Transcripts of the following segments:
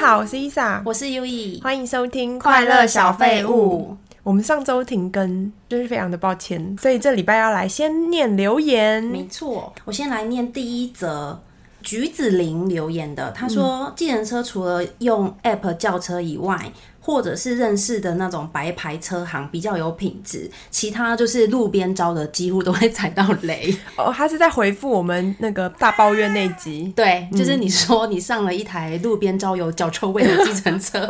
好，我是伊莎，我是 U E，欢迎收听《快乐小废物。我们上周停更，就是非常的抱歉，所以这礼拜要来先念留言。嗯没错，我先来念第一则橘子林留言的，他说，计程车除了用 App 叫车以外，或者是认识的那种白牌车行比较有品质，其他就是路边招的几乎都会踩到雷。哦，他是在回复我们那个大抱怨那集。对，就是你说你上了一台路边招有脚臭味的计 程车，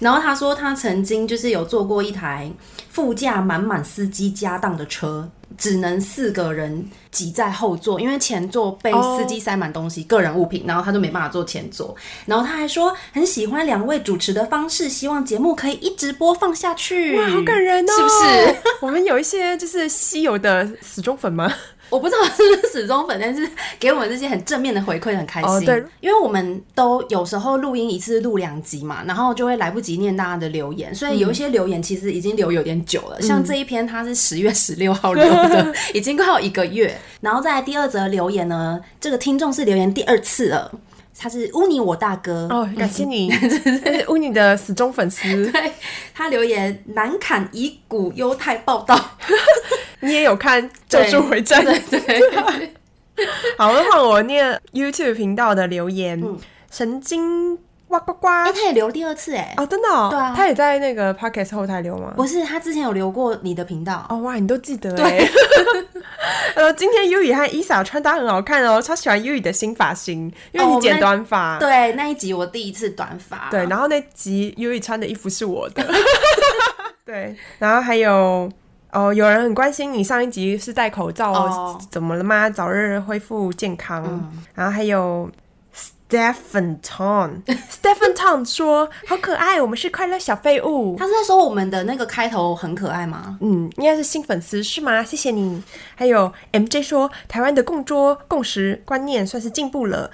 然后他说他曾经就是有坐过一台副驾满满司机家当的车，只能四个人挤在后座，因为前座被哦司机塞满东西、个人物品，然后他就没办法坐前座。然后他还说很喜欢两位主持的方式，希望节目可以一直播放下去。哇，好感人哦！嗯是不是？？ 我们有一些就是稀有的死忠粉吗？我不知道是不是死忠粉，但是给我们这些很正面的回馈很开心。哦对，因为我们都有时候录音一次录两集嘛，然后就会来不及念大家的留言，所以有一些留言其实已经留有点久嗯了。像这一篇，它是十月十六号留的， 已经快要一个月。然后再来第二则留言呢，这个听众是留言第二次了，他是污泥我大哥哦，感谢你，就是乌尼的死忠粉丝，对他留言南坎以古犹太报道， 你也有看《咒术回战》 对对，好，那换我念 YouTube 频道的留言。神经哇呱呱！嗯哎、他也留第二次哎、哦，真的哦，对啊他也在那个 Podcast 后台留吗？不是，他之前有留过你的频道，哦哇，你都记得哎。 呃，今天 U 宇和伊莎穿搭很好看哦，超喜欢 U 宇的新发型，因为哦你我剪们短发。对，那一集我第一次短发，对，然后那集 U 宇穿的衣服是我的。 对，然后还有。哦，有人很关心你上一集是戴口罩哦哦嗯怎么了吗？早日恢复健康。然后还有 Stephen Ton，Stephen Ton 说好可爱，我们是快乐小废物。他是在说我们的那个开头很可爱吗？嗯，应该是新粉丝是吗？谢谢你。还有 MJ 说，台湾的共桌共识观念算是进步了。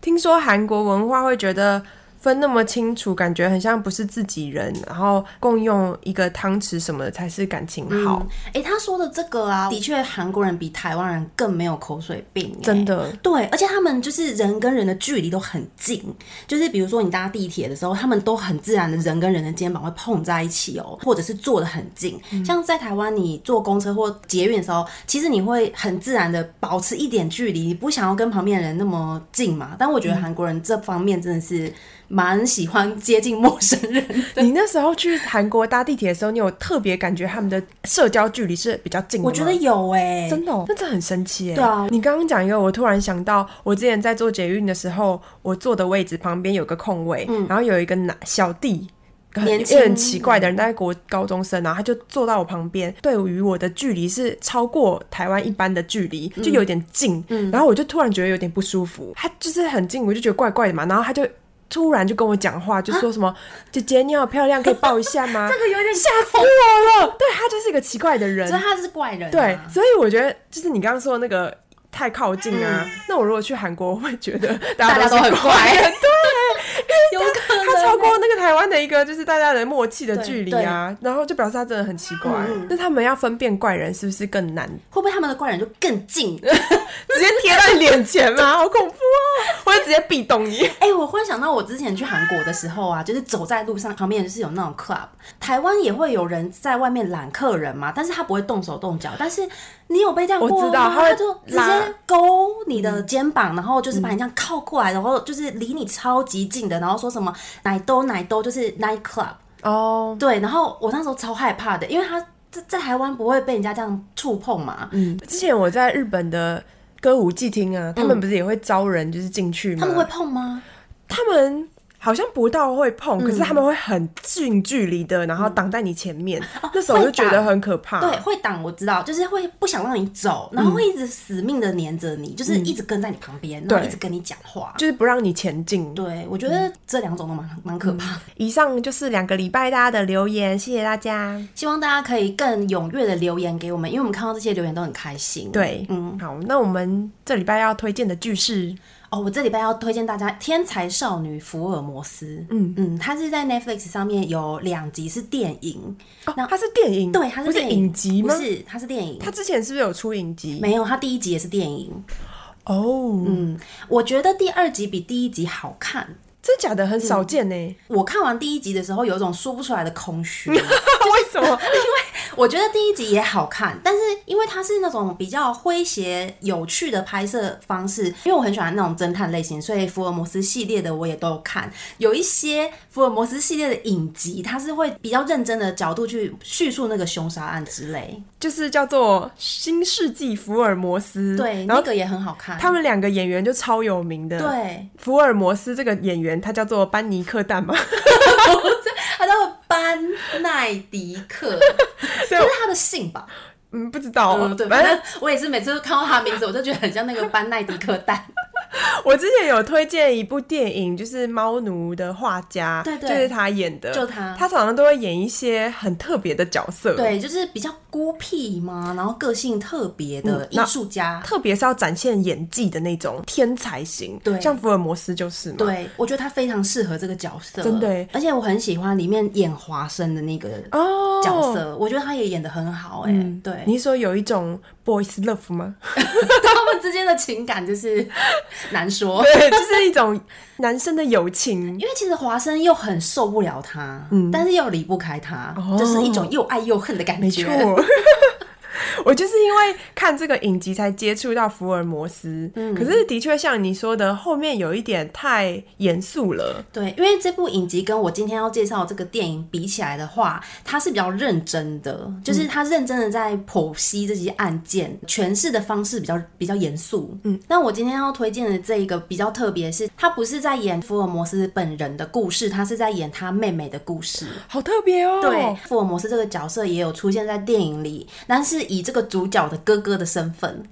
听说韩国文化会觉得分那么清楚，感觉很像不是自己人，然后共用一个汤匙什么的才是感情好。嗯，哎、他说的这个啊，的确韩国人比台湾人更没有口水病、诶真的，对，而且他们就是人跟人的距离都很近，就是比如说你搭地铁的时候，他们都很自然的人跟人的肩膀会碰在一起哦，或者是坐得很近。像在台湾，你坐公车或捷运的时候，其实你会很自然的保持一点距离，你不想要跟旁边的人那么近嘛。但我觉得韩国人这方面真的是蛮喜欢接近陌生人的。你那时候去韩国搭地铁的时候，你有特别感觉他们的社交距离是比较近的吗？我觉得有哎、真的、哦，那这很神奇耶！对啊你刚刚讲一个，我突然想到，我之前在做捷运的时候，我坐的位置旁边有个空位，然后有一个男小弟。很嗯年一轻嗯个很奇怪的人，大概国高中生，然后他就坐到我旁边，对于我的距离是超过台湾一般的距离，嗯就有点近，然后我就突然觉得有点不舒服。他就是很近，我就觉得怪怪的嘛，然后他就突然就跟我讲话，就说什么：“姐姐你好漂亮，可以抱一下吗？”啊 这个有点吓死我了，对他就是一个奇怪的人，所以他是怪人、啊。对，所以我觉得就是你刚刚说的那个太靠近啊。那我如果去韩国，我会觉得大嗯大家家都是很怪人，有可 能、他超过那个台湾的一个就是大家的默契的对距离啊，然后就表示他真的很奇怪嗯嗯。那他们要分辨怪人是不是更 难？会不会他们的怪人就更近？直接贴到你脸前吗？好恐怖哦！我会直接壁咚你。哎、我忽然想到，我之前去韩国的时候啊，就是走在路上，旁边就是有那种 club，台湾也会有人在外面揽客人嘛，但是他不会动手动脚，但是你有被这样过我知道吗他会嗯他就直拉接勾你的肩膀，然后就是嗯把你这样靠过来，然后就是离你超级近的，然后说什么奶兜奶兜就是 night club，哦，对，然后我那时候超害怕的，因为他。在在台湾不会被人家这样触碰嘛？嗯之前我在日本的。歌舞伎厅啊，他们不是也会招人，就是进去吗？嗯他们会碰吗？他们好像不到会碰，嗯可是他们会很近距离的，然后挡在你前面。那时候我就觉得很可怕。对，嗯哦会挡，我知道，就是会不想让你走，然后会一直死命的黏着你，就是一直跟在你旁边，然后对一直跟你讲话。就是不让你前进。对，我觉得这两种都蛮蛮可怕的。以上就是两个礼拜大家的留言，谢谢大家。希望大家可以更踊跃的留言给我们，因为我们看到这些留言都很开心。对，嗯，嗯，好，那我们这礼拜要推荐的剧是，哦，我这礼拜要推荐大家《天才少女福尔摩斯》。嗯嗯，它是在 Netflix 上面有两集是电影，哦，它是电影，对，它不是是电影影集吗不？是，它是电影。它之前是不是有出影集？没有，它第一集也是电影。哦，嗯，我觉得第二集比第一集好看。真假的很少见呢、我看完第一集的时候，有一种说不出来的空虚。 为什么？我觉得第一集也好看，但是因为它是那种比较诙谐有趣的拍摄方式，因为我很喜欢那种侦探类型，所以福尔摩斯系列的我也都有看。有一些福尔摩斯系列的影集，它是会比较认真的角度去叙述那个凶杀案之类。 就是叫做《新世纪福尔摩斯》。对，然那后个也很好看。他们两个演员就超有名的。，对，福尔摩斯这个演员他叫做班尼克蛋嘛，他叫做班奈迪 克，这对是他的姓吧？ 嗯，不知道、嗯，对，反反正正我也是每次都看到他的名字，我就觉得很像那个班奈迪克蛋。我之前有推荐一部电影，就是《猫奴》的画家，对对就是他演的，就他他常常都会演一些很特别的角色，，对，就是比较孤僻嘛，然后个性特别的嗯艺那术家。特别是要展现演技的那种天才型，对像福尔摩斯就是嘛，，对，我觉得他非常适合这个角色，真的耶而且我很喜欢里面演华生的那个哦，嗯角。色，我觉得他也演的很好、哎、对，你是说有一种 boys love 吗？ 他们之间的情感就是难说。对， 就是一种男生的友情。因为其实华生又很受不了他，但是又离不开他，嗯哦就是一种又爱又恨的感没觉。错。 我就是因为看这个影集才接触到福尔摩斯，可是的确像你说的，后面有一点太严肃了。对，因为这部影集跟我今天要介绍这个电影比起来的话，它是比较认真的，就是它认真的在剖析这些案件，诠释的方式比较比较严肃。嗯，那我今天要推荐的这一个比较特别是，它不是在演福尔摩斯本人的故事，它是在演他妹妹的故事。好特别哦！对，，福尔摩斯这个角色也有出现在电影里，但是以这个主角的哥哥的身份，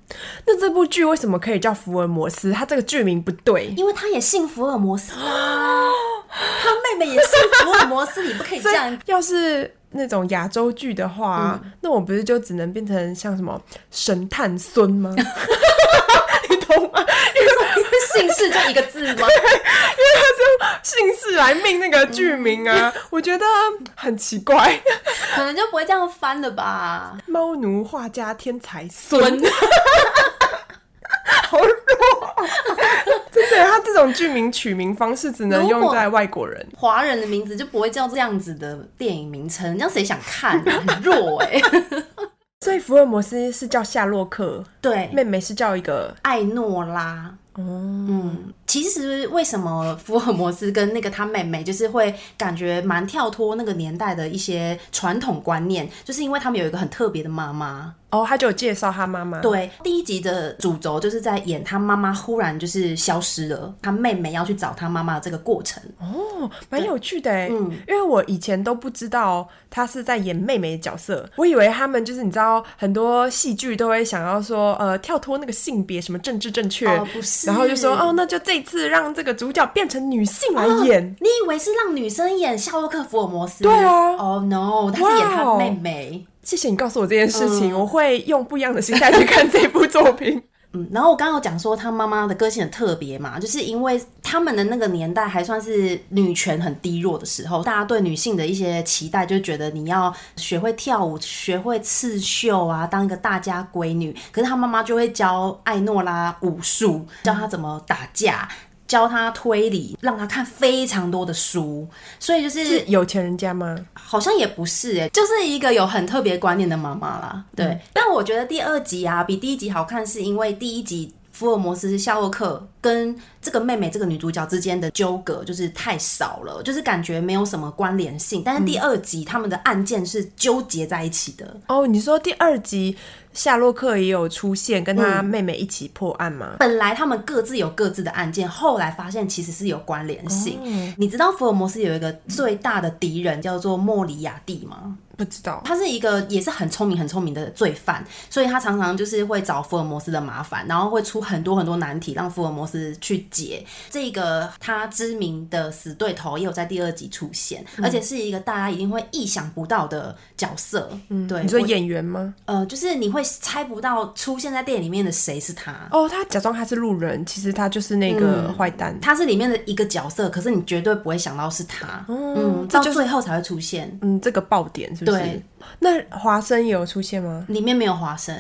那这部剧为什么可以叫福尔摩斯？它这个剧名不对，因为他也姓福尔摩斯啊，他妹妹也姓福尔摩斯，你不可以这所以样要是那种亚洲剧的话，那我不是就只能变成像什么神探孙 吗？你懂 吗？姓氏就一个字吗？ 姓氏来命那个剧名啊，我觉得很奇怪。可能就不会这样翻了吧？猫奴画家天才孙，好弱、哦真的，他这种剧名取名方式只能用在外国人。华人的名字就不会叫这样子的电影名称，这样谁想看、啊？很弱哎、所以福尔摩斯是叫夏洛克， 对，妹妹是叫一个艾诺拉。嗯，其实为什么福尔摩斯跟那个他妹妹，就是会感觉蛮跳脱那个年代的一些传统观念，就是因为他们有一个很特别的妈妈。哦，他就有介绍他妈妈。对，第一集的主轴就是在演他妈妈忽然就是消失了，他妹妹要去找他妈妈的这个过程。哦，蛮有趣的哎，嗯因为我以前都不知道他是在演妹妹的角色，我以为他们就是你知道很多戏剧都会想要说呃跳脱那个性别什么政治正确，哦不是然后就说哦那就这次让这个主角变成女性来啊演，你以为是让女生演夏洛克·福尔摩斯？对啊哦、no，她是演她妹妹。谢谢你告诉我这件事情，我会用不一样的心态去看这部作品。嗯，然后我刚刚有讲说她妈妈的个性很特别嘛，就是因为他们的那个年代还算是女权很低落的时候，大家对女性的一些期待就觉得你要学会跳舞，学会刺绣啊，当一个大家闺女。可是她妈妈就会教艾诺拉武术，教她怎么打架。教她推理，让她看非常多的书，所以就是 是有钱人家吗？好像也不是哎、就是一个有很特别观念的妈妈啦。对，但我觉得第二集啊比第一集好看，是因为第一集福尔摩斯夏洛克跟这个妹妹这个女主角之间的纠葛就是太少了，就是感觉没有什么关联性。但是第二集他们的案件是纠结在一起的，哦，你说第二集夏洛克也有出现，跟他妹妹一起破案吗？本来他们各自有各自的案件，后来发现其实是有关联性。你知道福尔摩斯有一个最大的敌人叫做莫里亚蒂吗？不知道。他是一个也是很聪明、很聪明的罪犯，所以他常常就是会找福尔摩斯的麻烦，然后会出很多很多难题让福尔摩斯去解。这个他知名的死对头也有在第二集出现，嗯而且是一个大家一定会意想不到的角色。嗯，对，你说我演员吗？呃，就是你会猜不到出现在电影里面的谁是他。哦，他假装他是路人，其实他就是那个坏蛋。他是里面的一个角色，可是你绝对不会想到是他，哦嗯，到最后才会出现。嗯，这个爆点是不是对？那华生也有出现吗？啊嗯里面没有华生。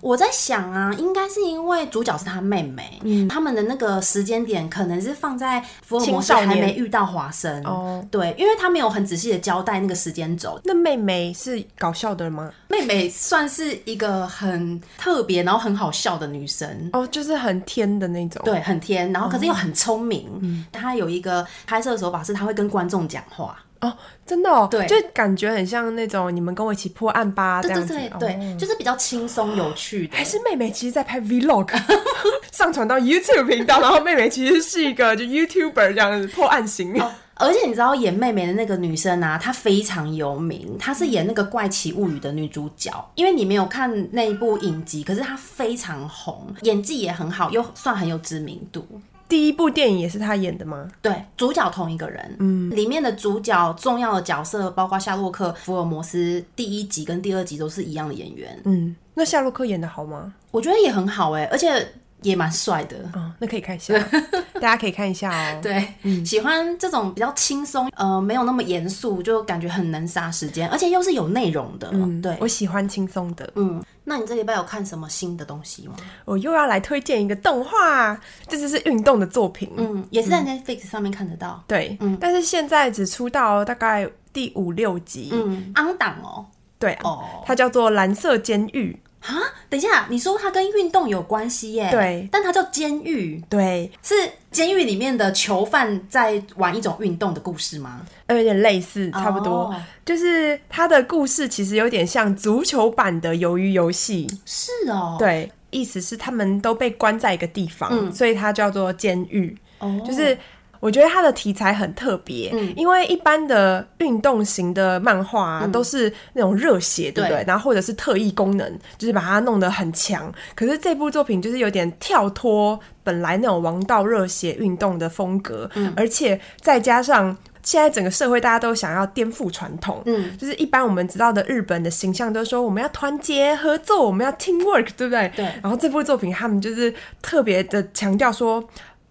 我在想啊，应该是因为主角是他妹妹，她他们的那个时间点可能是放在福尔摩青斯少还年没遇到华生哦对，因为他没有很仔细的交代那个时间轴。那妹妹是搞笑的吗？妹妹算是一个很特别，然后很好笑的女生。哦，就是很天的那种。，对，很甜，然后可是又很聪明。嗯她有一个拍摄的手法是，她会跟观众讲话。哦，真的哦，对就感觉很像那种你们跟我一起破案吧这对样对子。对哦对，就是比较轻松有趣的还。哎是妹妹其实，在拍 vlog，上 传到 YouTube 频道，然后妹妹其实是一个就 YouTuber 这样子破案型。哦而且你知道演妹妹的那个女生啊，她非常有名，她是演那个《怪奇物语》的女主角。因为你没有看那一部影集，可是她非常红，演技也很好，又算很有知名度。第一部电影也是她演的吗？对，主角同一个人，嗯，里面的主角重要的角色包括夏洛克、福尔摩斯，第一集跟第二集都是一样的演员，嗯，那夏洛克演的好吗？我觉得也很好哎、而且也蛮帅的。哦，那可以看一 下，大家可以看一下哦。对，嗯喜欢这种比较轻松，呃，没有那么严肃，就感觉很能杀时间，而且又是有内容的。对，我喜欢轻松的，嗯，那你这礼拜有看什么新的东西吗？我又要来推荐一个动画，这只是运动的作品。嗯，也是在 Netflix 上面看得到。对，但是现在只出到大概第五六集。嗯，昂档哦。对、啊，哦它叫做《蓝色监狱》。啊，等一下，你说它跟运动有关系耶？对但它叫监狱，对，是监狱里面的囚犯在玩一种运动的故事吗？呃，有点类似，差不多。哦就是它的故事其实有点像足球版的《鱿鱼游戏》。是哦，，嗯对，意思是他们都被关在一个地方，所以它叫做监狱。哦，嗯就是我觉得它的题材很特别，因为一般的运动型的漫画、啊都是那种热血，对不对？对然后或者是特异功能，就是把它弄得很强。可是这部作品就是有点跳脱本来那种王道热血运动的风格，而且再加上。现在整个社会大家都想要颠覆传统，嗯，就是一般我们知道的日本的形象都是说我们要团结合作，我们要 teamwork，对不对？对然后这部作品他们就是特别的强调说，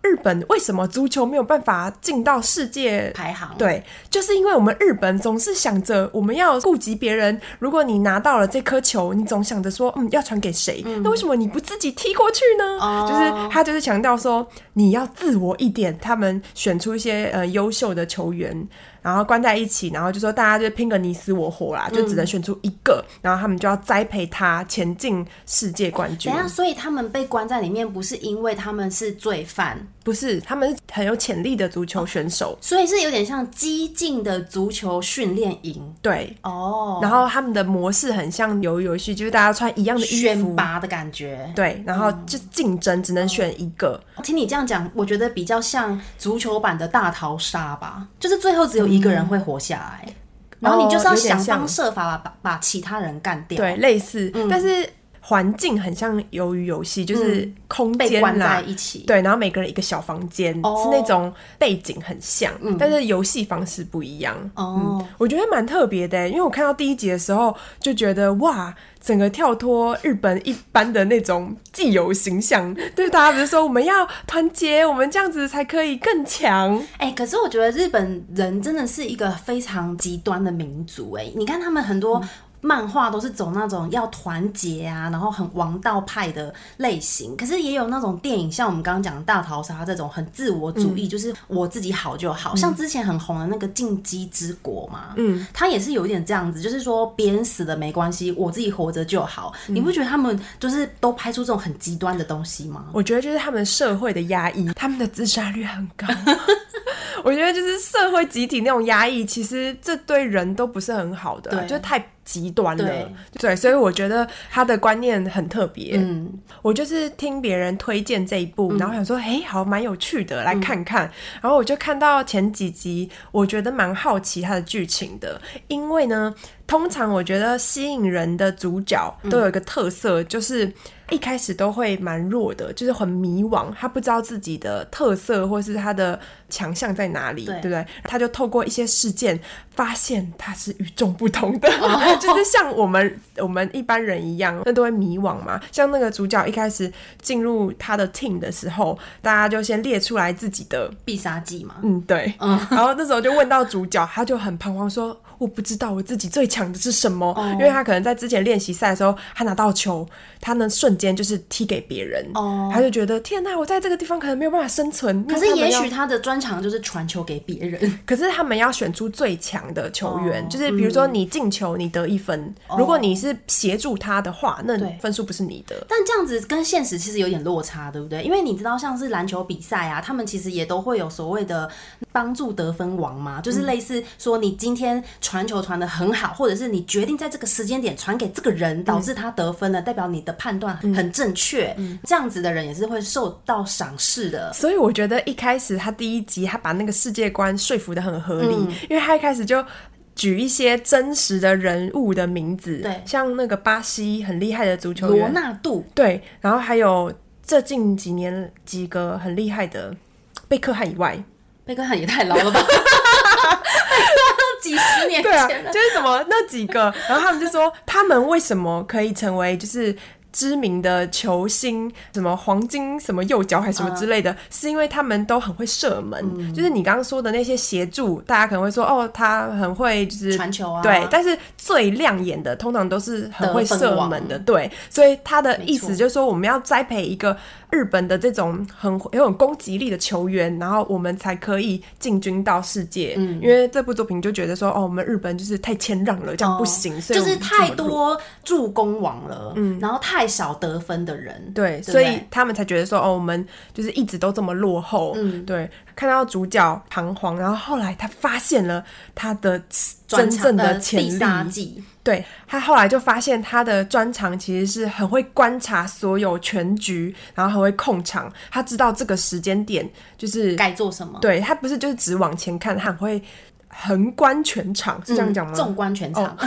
日本为什么足球没有办法进到世界？排行，，对，就是因为我们日本总是想着我们要顾及别人。如果你拿到了这颗球，你总想着说，嗯，要传给谁？那为什么你不自己踢过去呢？哦就是他就是强调说，你要自我一点。他们选出一些呃优秀的球员，然后关在一起，然后就说大家就拼个你死我活啦，就只能选出一个，然后他们就要栽培他前进世界冠军等一。下，所以他们被关在里面，不是因为他们是罪犯，不是，他们是很有潜力的足球选手。所以是有点像激进的足球训练营对，哦，然后他们的模式很像游游戏，就是大家穿一样的衣选服，拔的感觉。对，然后就竞争只能选一个。听你这样讲，我觉得比较像足球版的大逃杀吧，就是最后只有一个人会活下来，然后你就是嗯要哦有点想像方设法把把其他人干掉。对，类似，嗯但是环境很像鱿鱼游戏，就是空嗯被间关在啦。一起。对，然后每个人一个小房间，哦嗯是那种背景很像，但是游戏方式不一样。哦，我觉得蛮特别的欸，因为我看到第一集的时候就觉得哇，整个跳脱日本一般的那种既有形象，就是大家不是说我们要团结，我们这样子才可以更强。哎、可是我觉得日本人真的是一个非常极端的民族、哎，你看他们很多。漫画都是走那种要团结啊，然后很王道派的类型，可是也有那种电影，像我们刚刚讲的《大逃杀》这种很自我主义，就是我自己好就好。像之前很红的那个《进击之国》嘛，嗯，它也是有一点这样子，就是说别人死了没关系，我自己活着就好。你不觉得他们就是都拍出这种很极端的东西吗？我觉得就是他们社会的压抑，他们的自杀率很高。 我觉得就是社会集体那种压抑，其实这对人都不是很好的啊、对就太极端了。对对，所以我觉得他的观念很特别。嗯，我就是听别人推荐这一部，然后想说，哎、好，蛮有趣的，来看看。然后我就看到前几集，我觉得蛮好奇它的剧情的，因为呢，通常我觉得吸引人的主角都有一个特色，就是。一开始都会蛮弱的，就是很迷惘，他不知道自己的特色或是他的强项在哪里，对对不对？他就透过一些事件发现他是与众不同的， 就是像我们我们一般人一样，那都会迷惘嘛。像那个主角一开始进入他的 team 的时候，大家就先列出来自己的，必杀技嘛，嗯嗯，对，然后那时候就问到主角，他就很彷徨说：“我不知道我自己最强的是什么，哦因为他可能在之前练习赛的时候，他拿到球，他能瞬间就是踢给别人，哦他就觉得天呐，我在这个地方可能没有办法生存。可因是为他们也要许他的专长就是传球给 别人，可是他们要选出最强的球员，哦就是比如说你进球你得一分，如果你是协助他的话，那对分数不是你的。但这样子跟现实其实有点落差，对不对？因为你知道，像是篮球比赛啊，他们其实也都会有所谓的帮助得分王嘛，就是类似说你今天传球传的很好，或者是你决定在这个时间点传给这个人，导致他得分了，代表你的判断很正确。嗯这样子的人也是会受到赏识的。所以我觉得一开始他第一集他把那个世界观说服的很合理，嗯因为他一开始就。举一些真实的人物的名字，对像那个巴西很厉害的足球罗员，纳度对，然后还有这近几年几个很厉害的，贝克汉以外，贝克汉也太老了吧， 几十年对 啊，前了。就是什么那几个，然后他们就说他们为什么可以成为就是。知名的球星，什么黄金什么右脚还什么之类的，嗯是因为他们都很会射门。就是你刚刚说的那些协助，大家可能会说哦，他很会就是传球啊对。但是最亮眼的通常都是很会射门的，对。所以他的意思没错就是说，我们要栽培一个日本的这种很很有攻击力的球员，然后我们才可以进军到世界。嗯因为这部作品就觉得说，哦，我们日本就是太谦让了，这样不行，所以哦就我们是太这么弱。多助攻王了，嗯，然后太少得分的人，对，不所以他们才觉得说，哦，我们就是一直都这么落后。嗯，对，看到主角彷徨，然后后来他发现了他的真转正场的的潜第三力，季，对他后来就发现他的专长其实是很会观察所有全局，然后很会控场。他知道这个时间点就是，该做什么？对他不是就是只往前看，他很会横观全场，是这样讲吗？哦纵观全场，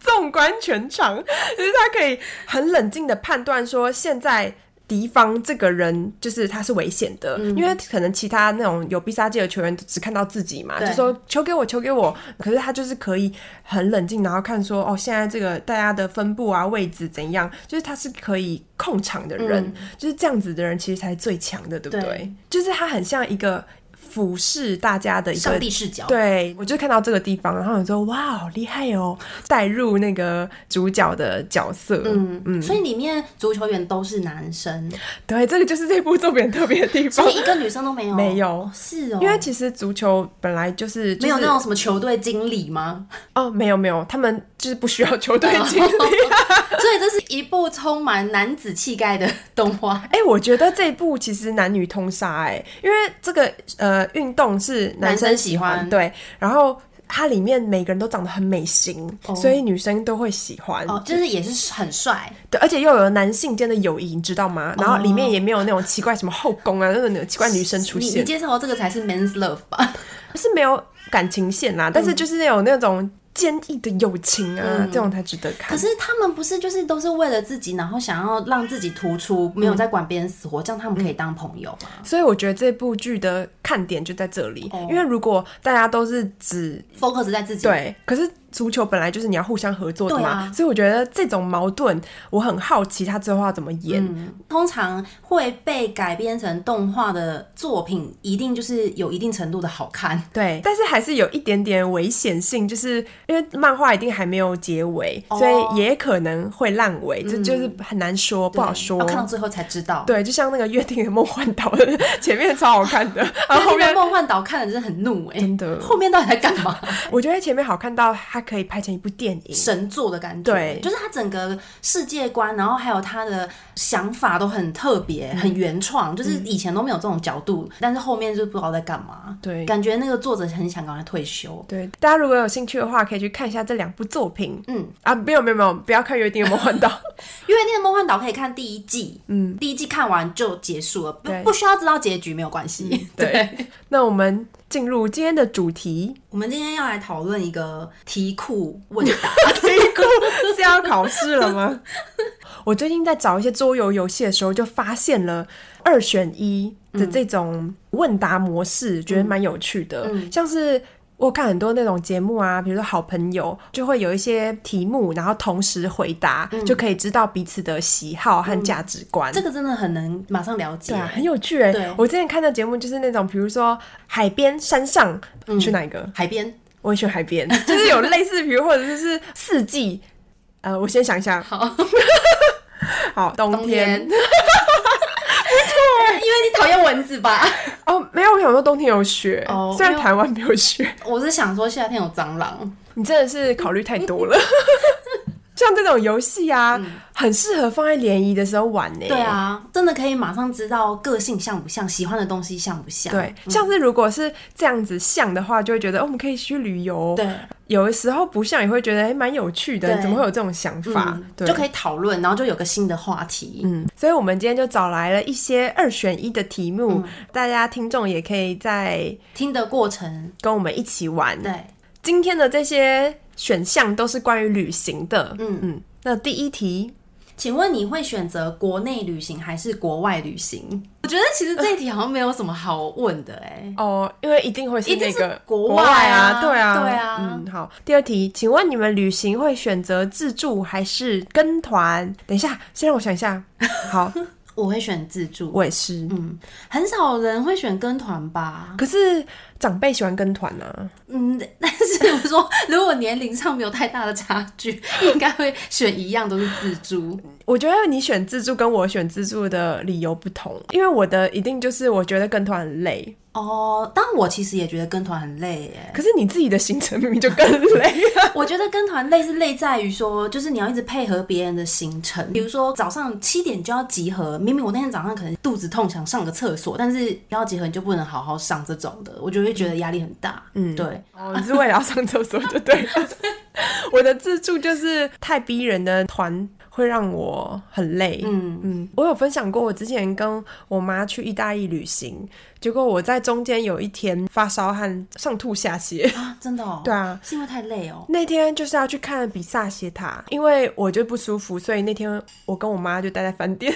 纵观全场， 就是他可以很冷静的判断说现在。敌方这个人就是他是危险的，嗯因为可能其他那种有必杀技的球员只看到自己嘛，就对说球给我，球给我。可是他就是可以很冷静，然后看说哦，现在这个大家的分布啊、位置怎样，就是他是可以控场的人，就是这样子的人其实才是最强的，对不对？嗯对就是他很像一个俯视大家的一个上帝视角，对，我就看到这个地方，然后你说哇，好厉害哦，带入那个主角的角色。嗯，哦嗯，所以里面足球员都是男生，对，这个就是这部作品特别的地方所，以一个女生都没有，没有哦是 哦，因为其实足球本来就是、就是、没有那种什么球队经 理吗？哦，没有没有，他们就是不需要球队经 理。所以这是一部充满男子气概的动画，哎、我觉得这一部其实男女通杀哎、因为这个呃运动是男生男生喜喜欢，欢对，然后它里面每个人都长得很美型，所以女生都会喜欢。哦，就是也是很帅，对，而且又有男性间的友谊，你知道吗？然后里面也没有那种奇怪什么后宫啊，那种奇怪女生出哦你你现，介绍的这个才是 man's love 吧？是没有感情线啦，但嗯是就是有那种坚毅的友情啊，这种才值得看可。是他们不是就是都是为了自己，然后想要让自己突出，没有在管别人死活，这样他们可以当朋友吗？所以我觉得这部剧的看点就在这里，哦因为如果大家都是只 focus 在自己，，对，可是足球本来就是你要互相合作的嘛，对啊所以我觉得这种矛盾，我很好奇他最后要怎么演。嗯通常会被改编成动画的作品，一定就是有一定程度的好看。对，但是还是有一点点危险性，就是因为漫画一定还没有结尾，哦所以也可能会烂尾，这就是很难说，不好说要。看到最后才知道。对，就像那个《约定的梦幻岛》， 前面超好看的，然那后后后面面梦幻岛看的真的很怒哎、真的后面到底在干 嘛？我觉得前面好看到它可以拍成一部电影。神作的感觉，对就是他整个世界观，然后还有他的想法都很特别、嗯很原创，就是以前都没有这种角度，但是后面就不知道在干嘛。对感觉那个作者很想赶快退休。对，大家如果有兴趣的话，可以去看一下这两部作品。嗯啊，没有没有没有，不要看《约定的梦幻岛》。因为那个梦幻岛可以看第一季，嗯，第一季看完就结束了，不对嗯不需要知道结局没有关系。对那我们进入今天的主题， 我们今天要来讨论一个题库问答， 题库 是要考试了吗？ 我最近在找一些桌游游戏的时候，就发现了二选一的这种问答模式，觉得蛮有趣的。像是我看很多那种节目啊，比如说好朋友就会有一些题目，然后同时回答，就可以知道彼此的喜好和价值观。这个真的很能马上了解对。啊，很有趣哎、对嗯我之前看的节目就是那种，比如说海边、山上，你选哪一个？海边我很喜欢海边， 就是有类似，比如或者就是四季。呃，我先想一下，好， 好，冬冬天，天没错， 因为你讨厌蚊子吧？哦，没有，我想说冬天有雪哦，虽然因为台湾没有雪，我是想说夏天有蟑螂，你真的是考虑太多 了。像这种游戏啊，很适合放在联谊的时候玩呢、嗯对，啊，真的可以马上知道个性像不像，喜欢的东西像不像。对，像是如果是这样子像的话，就会觉得哦，我们可以去旅游。对，有的时候不像也会觉得哎，蛮有趣的，对怎么会有这种想法？嗯，对，就可以讨论，然后就有个新的话题。嗯，所以我们今天就找来了一些二选一的题目，嗯大家听众也可以再听的过程，跟我们一起玩。对，今天的这些选项都是关于旅行的。嗯嗯，那第一题，请问你会选择国内旅行还是国外旅行？我觉得其实这一题好像没有什么好问的哎、哦，因为一定会是一定那是个国外外啊，啊对啊，对啊嗯，好。第二题，请问你们旅行会选择自助还是跟团？等一下，先让我想一下。好，我会选自助，我也是。 嗯，很少人会选跟团吧，可是长辈喜欢跟团啊，嗯，但是我说如果年龄上没有太大的差距， 应该会选一样都是自助，我觉得你选自助跟我选自助的理由不同，因为我的一定就是我觉得跟团很累，哦，但我其实也觉得跟团很累耶。可是你自己的行程明明就更累啊。我觉得跟团累是累在于说，就是你要一直配合别人的行程。比如说早上七点就要集合，明明我那天早上可能肚子痛想上个厕所，但是要集合你就不能好好上这种的，我就会觉得压力很大。嗯，对。哦，你是为了要上厕所就对了。我的自助就是太逼人的团会让我很累。嗯嗯，我有分享过，我之前跟我妈去意大利旅行，结果我在中间有一天发烧和上吐下泻。啊，真的哦。对啊，是因为太累哦。那天就是要去看比萨斜塔，因为我就不舒服，所以那天我跟我妈就待在饭店。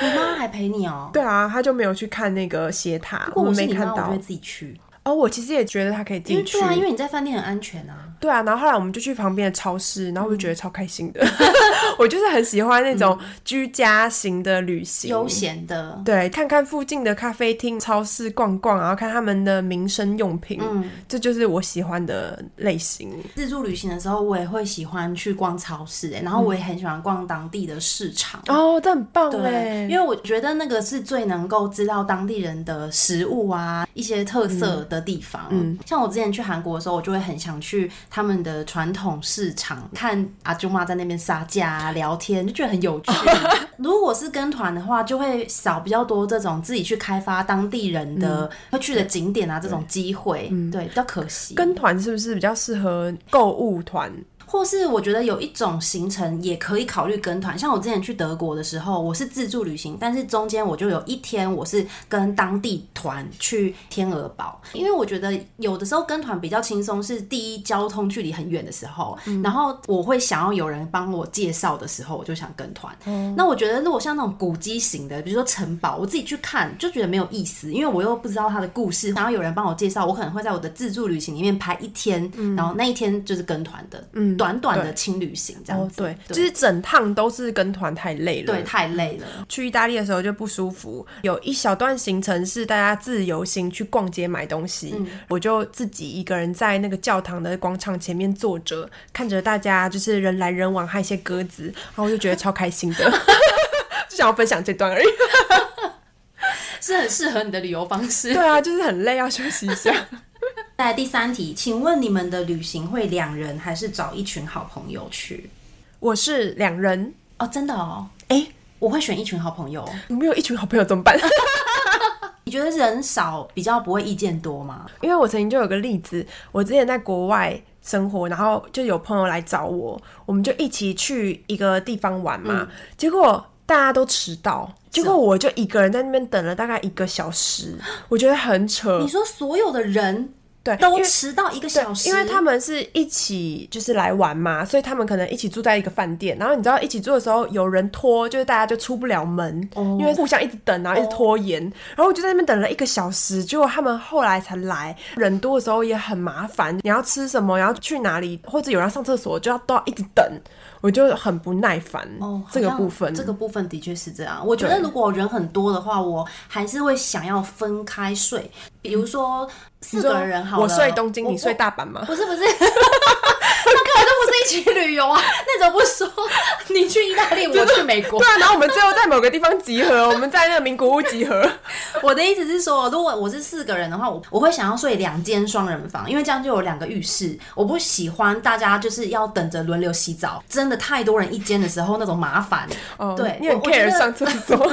我妈还陪你哦。对啊，她就没有去看那个斜塔，如果我我们是没你看妈，我就到会。自己去。哦，我其实也觉得她可以自因为己去。对啊，因为你在饭店很安全啊。对啊，然后后来我们就去旁边的超市，然后我就觉嗯得超开心的。 我就是很喜欢那种居家型的旅行，悠闲的。对，看看附近的咖啡厅、超市逛逛，然后看他们的民生用品，嗯这就是我喜欢的类型。自助旅行的时候，我也会喜欢去逛超市、欸，然后我也很喜欢逛当地的市场。哦，这很棒对，哎！因为我觉得那个是最能够知道当地人的食物啊，一些特色的地方。嗯，像我之前去韩国的时候，我就会很想去他们的传统市场看阿舅妈在那边杀价、啊、聊天，就觉得很 有趣。如果是跟团的话，就会少比较多这种自己去开发当地人的、会去的景点啊这种机会，对，比较可惜。跟团是不是比较适合购物团？或是我觉得有一种行程也可以考虑跟团，像我之前去德国的时候，我是自助旅行，但是中间我就有一天我是跟当地团去天鹅堡，因为我觉得有的时候跟团比较轻松，是第一交通距离很远的时候，然后我会想要有人帮我介绍的时候，我就想跟团。那我觉得如果像那种古迹型的，比如说城堡，我自己去看就觉得没有意思，因为我又不知道它的故事，然后有人帮我介绍，我可能会在我的自助旅行里面排一天，然后那一天就是跟团的，嗯，短短的轻旅行这样哦，子，对，就对是整趟都是跟团太累了。对，太累了，去意大利的时候就不舒服，有一小段行程是大家自由行去逛街买东西，我就自己一个人在那个教堂的广场前面坐着，看着大家就是人来人往，还有一些鸽子，然后我就觉得超开心的， 就想要分享这段而已。是很适合你的旅游方式。对 啊，就是很累，要休息一下。再来第三题，请问你们的旅行会两人还是找一群好朋友去？我是两人，哦，真的哦，哎、我会选一群好朋友。哦我没有一群好朋友怎么办？你觉得人少比较不会意见多吗？因为我曾经就有个例子，我之前在国外生活，然后就有朋友来找我，我们就一起去一个地方玩嘛，嗯结果大家都迟到，结果我就一个人在那边等了大概一个小时，我觉得很扯嗯你。说所有的人对，因都为迟到一个小时，因为他们是一起就是来玩嘛，所以他们可能一起住在一个饭店，然后你知道一起住的时候有人拖，就是大家就出不了门，哦因为互相一直等，啊然后一直拖延，然后我就在那边等了一个小时，结果他们后来才来，人多的时候也很麻烦，你要吃什么，然后去哪里，或者有人要上厕所，就要都要一直等，我就很不耐烦、哦，好这个像部分，这个部分的确是这样。我觉得如果人很多的话，我还是会想要分开睡。比如说四个人好了，我睡东京，我你睡大阪吗？ 不是不 是，那根本就不是一起旅游啊！那怎么不说？ 你去意大利，我去美国对。啊，然后我们最后在某个地方集合，我们在那个名古屋集合。我的意思是说，如果我是四个人的话，我我会想要睡两间双人房，因为这样就有两个浴室。我不喜欢大家就是要等着轮流洗澡，真的太多人一间的时候那种麻烦。哦 对，你很我我觉 care 得上厕所。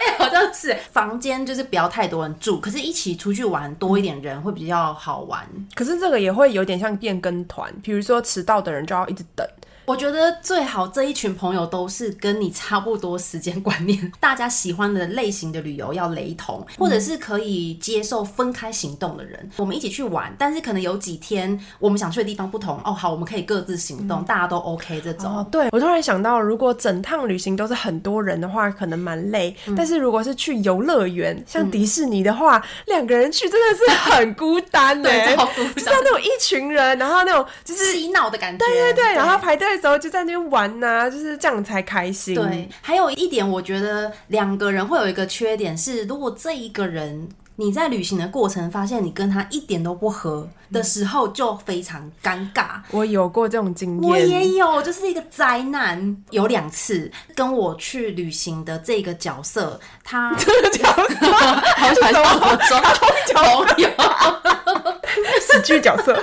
哎、好像是房间就是不要太多人住，可是一起出去玩多一点人会比较好玩。可是这个也会有点像变更团，比如说迟到的人就要一直等。我觉得最好这一群朋友都是跟你差不多时间观念，大家喜欢的类型的旅游要雷同，或者是可以接受分开行动的人。我们一起去玩，但是可能有几天我们想去的地方不同哦，好，我们可以各自行动，大家都 OK 这种。嗯哦，对，我突然想到，如果整趟旅行都是很多人的话，可能蛮累。嗯但是如果是去游乐园，像迪士尼的话，两个人去真的是很孤单呢、对超孤单就是要那种一群人，然后那种就是洗脑的感觉，对对对，然后排队的时候就在那边玩呐、就是这样才开心。对，还有一点，我觉得两个人会有一个缺点是，如果这一个人你在旅行的过程发现你跟他一点都不合的时候，就非常尴尬。我有过这种经我也验。有，就是一个宅男。有两次跟我去旅行的这个角色，他这个角色，好喜欢叫我交朋友， 喜剧角色，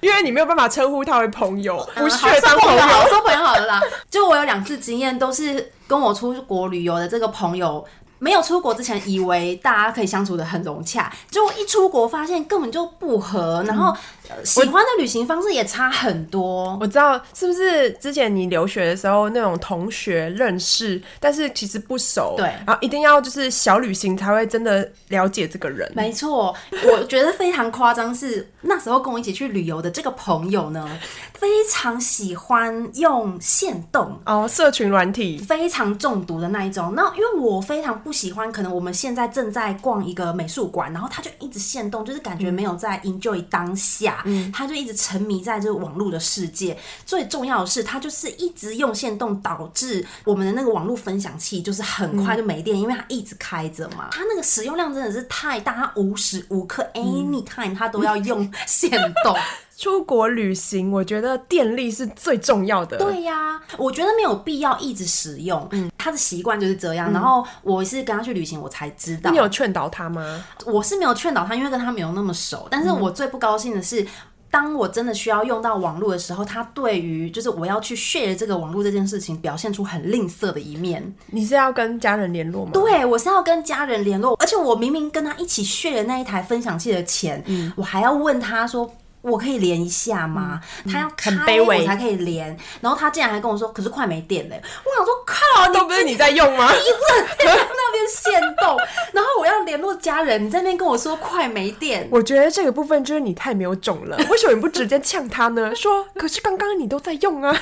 因为你没有办法称呼他为朋友，不屑当朋嗯好说友。我说朋友好了啦。就我有两次经验，都是跟我出国旅游的这个朋友。没有出国之前，以为大家可以相处的很融洽，结果一出国发现根本就不合，然后、呃喜欢的旅行方式也差很多。嗯我知道，是不是之前你留学的时候那种同学认识，但是其实不熟，对然后一定要就是小旅行才会真的了解这个人。没错，我觉得非常夸张是那时候跟我一起去旅游的这个朋友呢，非常喜欢用线动哦，社群软体，非常中毒的那一种。那因为我非常不喜欢，可能我们现在正在逛一个美术馆，然后他就一直限动，就是感觉没有在 enjoy 当下，他就一直沉迷在这个网络的世界。最重要的是，他就是一直用限动，导致我们的那个网络分享器就是很快就没电，因为它一直开着嘛。它那个使用量真的是太大，它无时无刻 anytime 它都要用 限动。出国旅行，我觉得电力是最重要的。，嗯对呀、我觉得没有必要一直使用。他的习惯就是这样。然后我是跟他去旅行，我才知道你。有劝导他吗？我是没有劝导他，因为跟他没有那么熟。但是嗯我最不高兴的是。当我真的需要用到网络的时候，他对于就是我要去 share 这个网络这件事情，表现出很吝啬的一面。你是要跟家人联络吗？对我是要跟家人联络，而且我明明跟他一起 share 那一台分享器的钱，嗯我还要问他说。我可以连一下吗？他要开嗯很卑微我才可以连，然后他竟然还跟我说，可是快没电嘞！我想说，靠，都不是你在用吗？那边限动，然后我要联络家人，你在那边跟我说快没电，我觉得这个部分就是你太没有种 了，为什么你不直接呛他呢？说，可是刚刚你都在用 啊。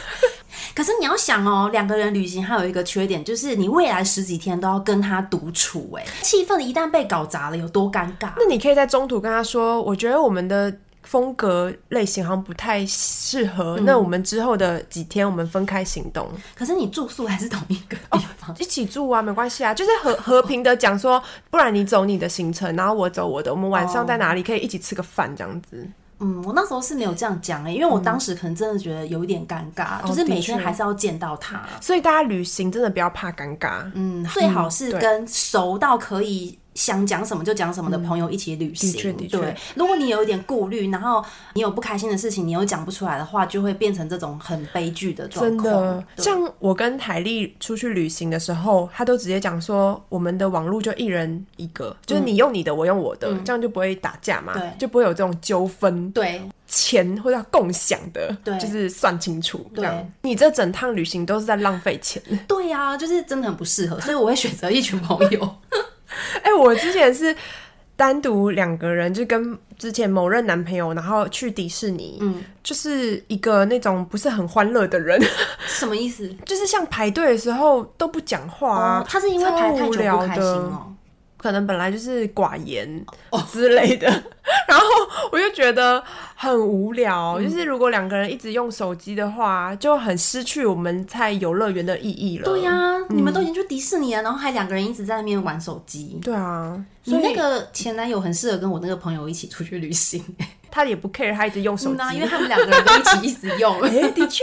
可是你要想哦，两个人旅行还有一个缺点，就是你未来十几天都要跟他独处、哎，气氛一旦被搞砸了，有多尴尬？那你可以在中途跟他说，我觉得我们的风格类型好像不太适合，那我们之后的几天我们分开行动，可是你住宿还是同一个地方，一起住啊，没关系啊，就是和和平的讲说，不然你走你的行程，然后我走我的，我们晚上在哪里可以一起吃个饭这样子。嗯，我那时候是没有这样讲欸诶、因为我当时可能真的觉得有一点尴尬，嗯哦就是每的确天还是要见到他。所以大家旅行真的不要怕尴尬，嗯，最好是对跟熟到可以想讲什么就讲什么的朋友一起旅嗯行。的确的确对，如果你有一点顾虑，然后你有不开心的事情，你又讲不出来的话，就会变成这种很悲剧的状真况。的，对像我跟海丽出去旅行的时候，她都直接讲说，我们的网络就一人一个，就是你用你的，我用我的，这样就不会打架嘛嗯对，就不会有这种纠纷。对，钱或者共享的，对就是算清楚。这对样，你这整趟旅行都是在浪费 钱。对啊，就是真的很不适合，所以我会选择一群朋 友。哎、我之前是单独两个人，就跟之前某任男朋友，然后去迪士尼，嗯，就是一个那种不是很欢乐的人， 什么意思？就是像排队的时候都不讲话啊、哦，他是因为排太超无久聊不开心的哦。可能本来就是寡言之类的， 然后我就觉得很无聊。就是如果两个人一直用手机的话，就很失去我们在游乐园的意义了。对呀、嗯你们都已经去迪士尼了，然后还两个人一直在那边玩手机。对啊，你所以那个前男友很适合跟我那个朋友一起出去旅行， 他也不 care，他一直用手嗯机。啊因为他们两个人都一起一直用。 哎、的确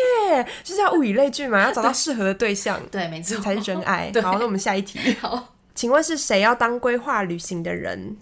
就是要物以类聚嘛，要找到适合的对象对，没错，才是真爱。 对好，那我们下一题，好。请问是谁要当规划旅行的人？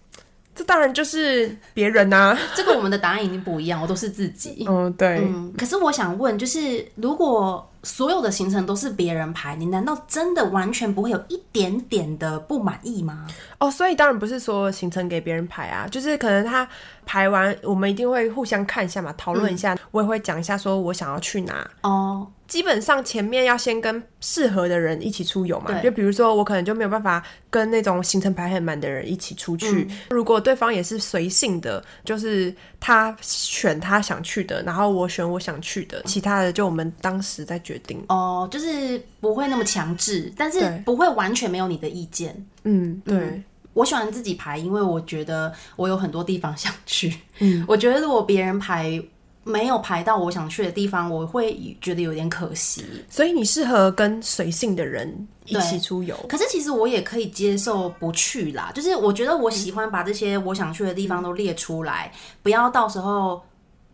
这当然就是别人呐、这个我们的答案已经不一样，我都是自己。嗯，对，嗯，可是我想问，就是如果所有的行程都是别人排，你难道真的完全不会有一点点的不满意吗？哦，所以当然不是所有行程给别人排啊，就是可能他排完，我们一定会互相看一下嘛，讨论一下，我也会讲一下，说我想要去哪。哦，基本上前面要先跟适合的人一起出游嘛，对就比如说我可能就没有办法跟那种行程排很满的人一起出去。如果对方也是随性的，就是他选他想去的，然后我选我想去的，其他的就我们当时再决定。哦，就是不会那么强制，但是对不会完全没有你的意见。嗯，对，我喜欢自己排，因为我觉得我有很多地方想去。嗯， 我觉得如果别人排没有排到我想去的地方，我会觉得有点可惜。所以你适合跟随性的人一起出游。可是其实我也可以接受不去啦，就是我觉得我喜欢把这些我想去的地方都列出来，不要到时候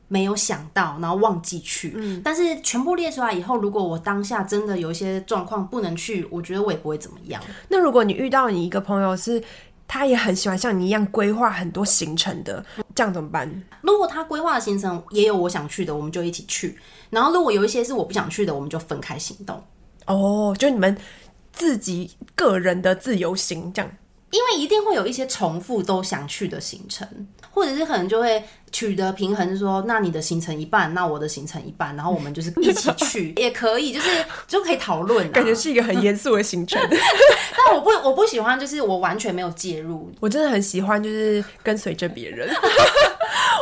没有想到，然后忘记去。嗯，但是全部列出来以后，如果我当下真的有一些状况不能去，我觉得我也不会怎么样。那如果你遇到你一个朋友是，他也很喜欢像你一样规划很多行程的，这样怎么办？如果他规划的行程也有我想去的，我们就一起去；然后如果有一些是我不想去的，我们就分开行动。哦，就你们自己个人的自由行这样。因为一定会有一些重复都想去的行程，或者是可能就会取得平衡，就说那你的行程一半，那我的行程一半，然后我们就是一起 去也可以，就是就可以讨论、啊。感觉是一个很严肃的行程。但我不我不喜欢，就是我完全没有介入。我真的很喜欢，就是跟随着别人。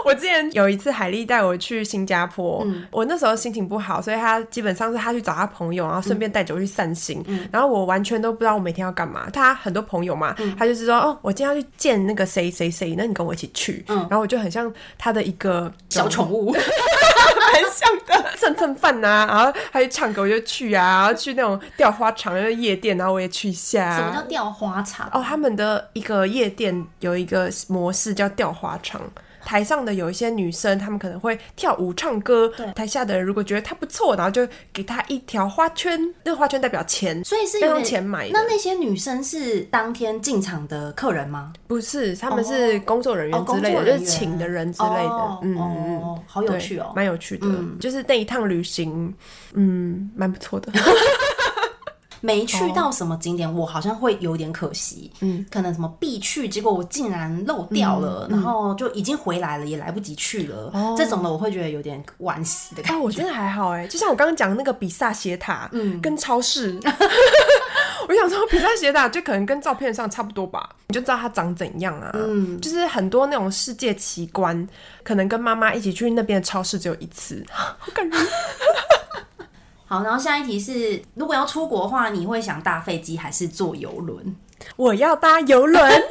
我之前有一次，海丽带我去新加坡，嗯我那时候心情不好，所以她基本上是她去找她朋友，然后顺便带着我去散心。嗯然后我完全都不知道我每天要干嘛。她很多朋友嘛，她就是说，哦，我今天要去见那个谁谁谁，那你跟我一起去。然后我就很像她的一个嗯小宠物，蛮像的， 蹭蹭饭呐、然后还去唱歌，我就去啊，然后去那种吊花场、那个夜店，然后我也去一下啊。什么叫掉花场？哦，他们的一个夜店有一个模式叫吊花场。台上的有一些女生，她们可能会跳舞、唱歌。台下的人如果觉得她不错，然后就给她一条花圈，那个花圈代表钱，所以是要有用点钱买那的。那些女生是当天进场的客人吗？不是，他们是工作人员之类的，哦工作就人员是请的人之类的哦。嗯哦嗯嗯，好有对趣哦。蛮有趣的。就是那一趟旅行，嗯，蛮不 错的。没去到什么景点，我好像会有点可惜。哦嗯，可能什么必去，结果我竟然漏掉了，然后就已经回来了，也来不及去了。这种的我会觉得有点惋惜的感啊，我真的还好哎、就像我刚刚讲那个比萨斜塔，嗯，跟超 市，我想说比萨斜塔就可能跟照片上差不多吧，你就知道它长怎样啊，嗯，就是很多那种世界奇观，可能跟妈妈一起去那边的超市只有一次，好感人。好，然后下一题是，如果要出国的话，你会想搭飞机还是坐游轮？我要搭游 轮，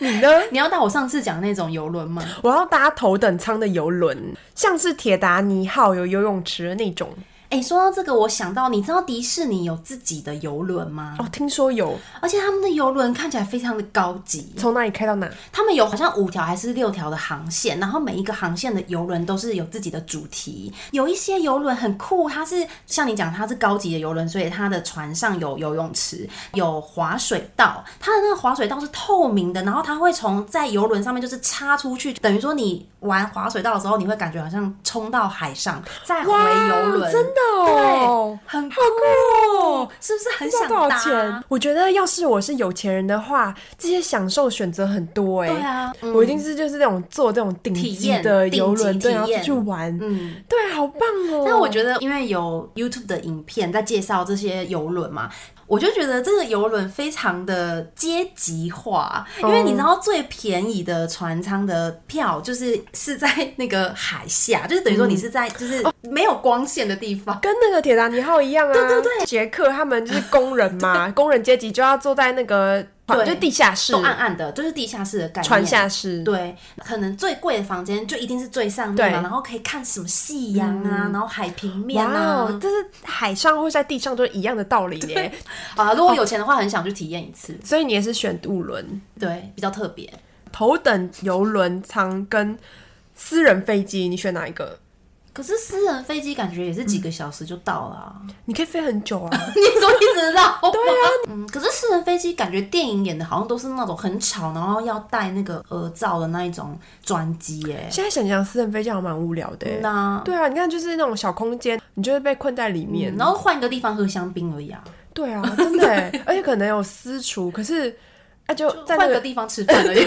你呢？你要搭我上次讲的那种游轮吗？我要搭头等舱的游轮，像是铁达尼号有游泳池的那种。哎、说到这个，我想到，你知道迪士尼有自己的游轮吗？哦，听说有，而且他们的游轮看起来非常的高级，从哪里开到哪？他们有好像五条还是六条的航线，然后每一个航线的游轮都是有自己的主题。有一些游轮很酷，它是像你讲，它是高级的游轮，所以它的船上有游泳池，有滑水道。它的那个滑水道是透明的，然后它会从在游轮上面就是插出去，等于说你玩滑水道的时候，你会感觉好像冲到海上，再回游轮，真的哦对，，哦很酷，酷。是不是很知道想多搭少钱？？我觉得要是我是有钱人的话，这些享受选择很多哎、对啊，嗯我一定是就是那种坐这种顶体级验的游顶轮，级对，体然后出验去玩，嗯。对，好棒哦、但我觉得，因为有 YouTube 的影片在介绍这些游轮嘛，我就觉得这个游轮非常的阶级化，因为你哦知道最便宜的船舱的票就是是在那个海下，就是等于说嗯你是在就是没有光线的地方。跟那个 铁达尼号一样啊，对对对，捷克他们就是工人嘛，工人阶级就要坐在那个对就地下室都、暗暗的，就是地下室的概念。传下室，对，可能最贵的房间就一定是最上面嘛，对嗯然后可以看什么夕阳啊，然后海平面哇啊哦，，这是海上或是在地上都是一样的道理耶。啊，哦如果有钱的话，很想去体验一次，所以你也是选渡轮、对，比较特别。头等游轮舱跟私人飞机，你选哪一个？可是私人飞机感觉也是嗯几个小时就到了、啊， 你可以飞很久啊。你怎么一直绕？对啊，嗯，可是私人飞机感觉电影演的好像都是那种很吵，然后要戴那个耳罩的那一种专机耶。现在想想，私人飞机好像蛮无聊的耶。嗯那嗯对啊，你看就是那种小空间，你就会被困在里面。然后换个地方喝香槟而已啊，对啊，真的耶， 而且可能有私厨，可是啊就在那换个个地方吃饭而已。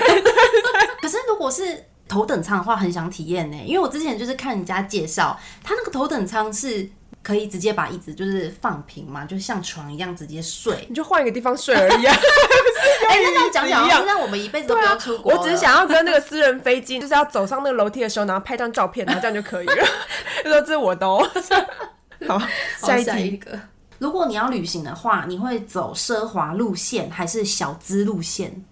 可是如果是头等舱的话，很想体验呢，因为我之前就是看人家介绍，他那个头等舱是可以直接把椅子就是放平嘛，就像床一样直 接睡。你就换一个地方睡而已啊。哎、那这样讲讲，一好样像让我们一 辈子都对不啊要出，国我了、只是想要跟那个私人飞机，就是要走上那个楼梯的时候，然后拍张照片，然后这样就可以了。 就说这是我的 哦。好，下一题。个。如果你要旅行的话，你会走奢华路线还是小资路线？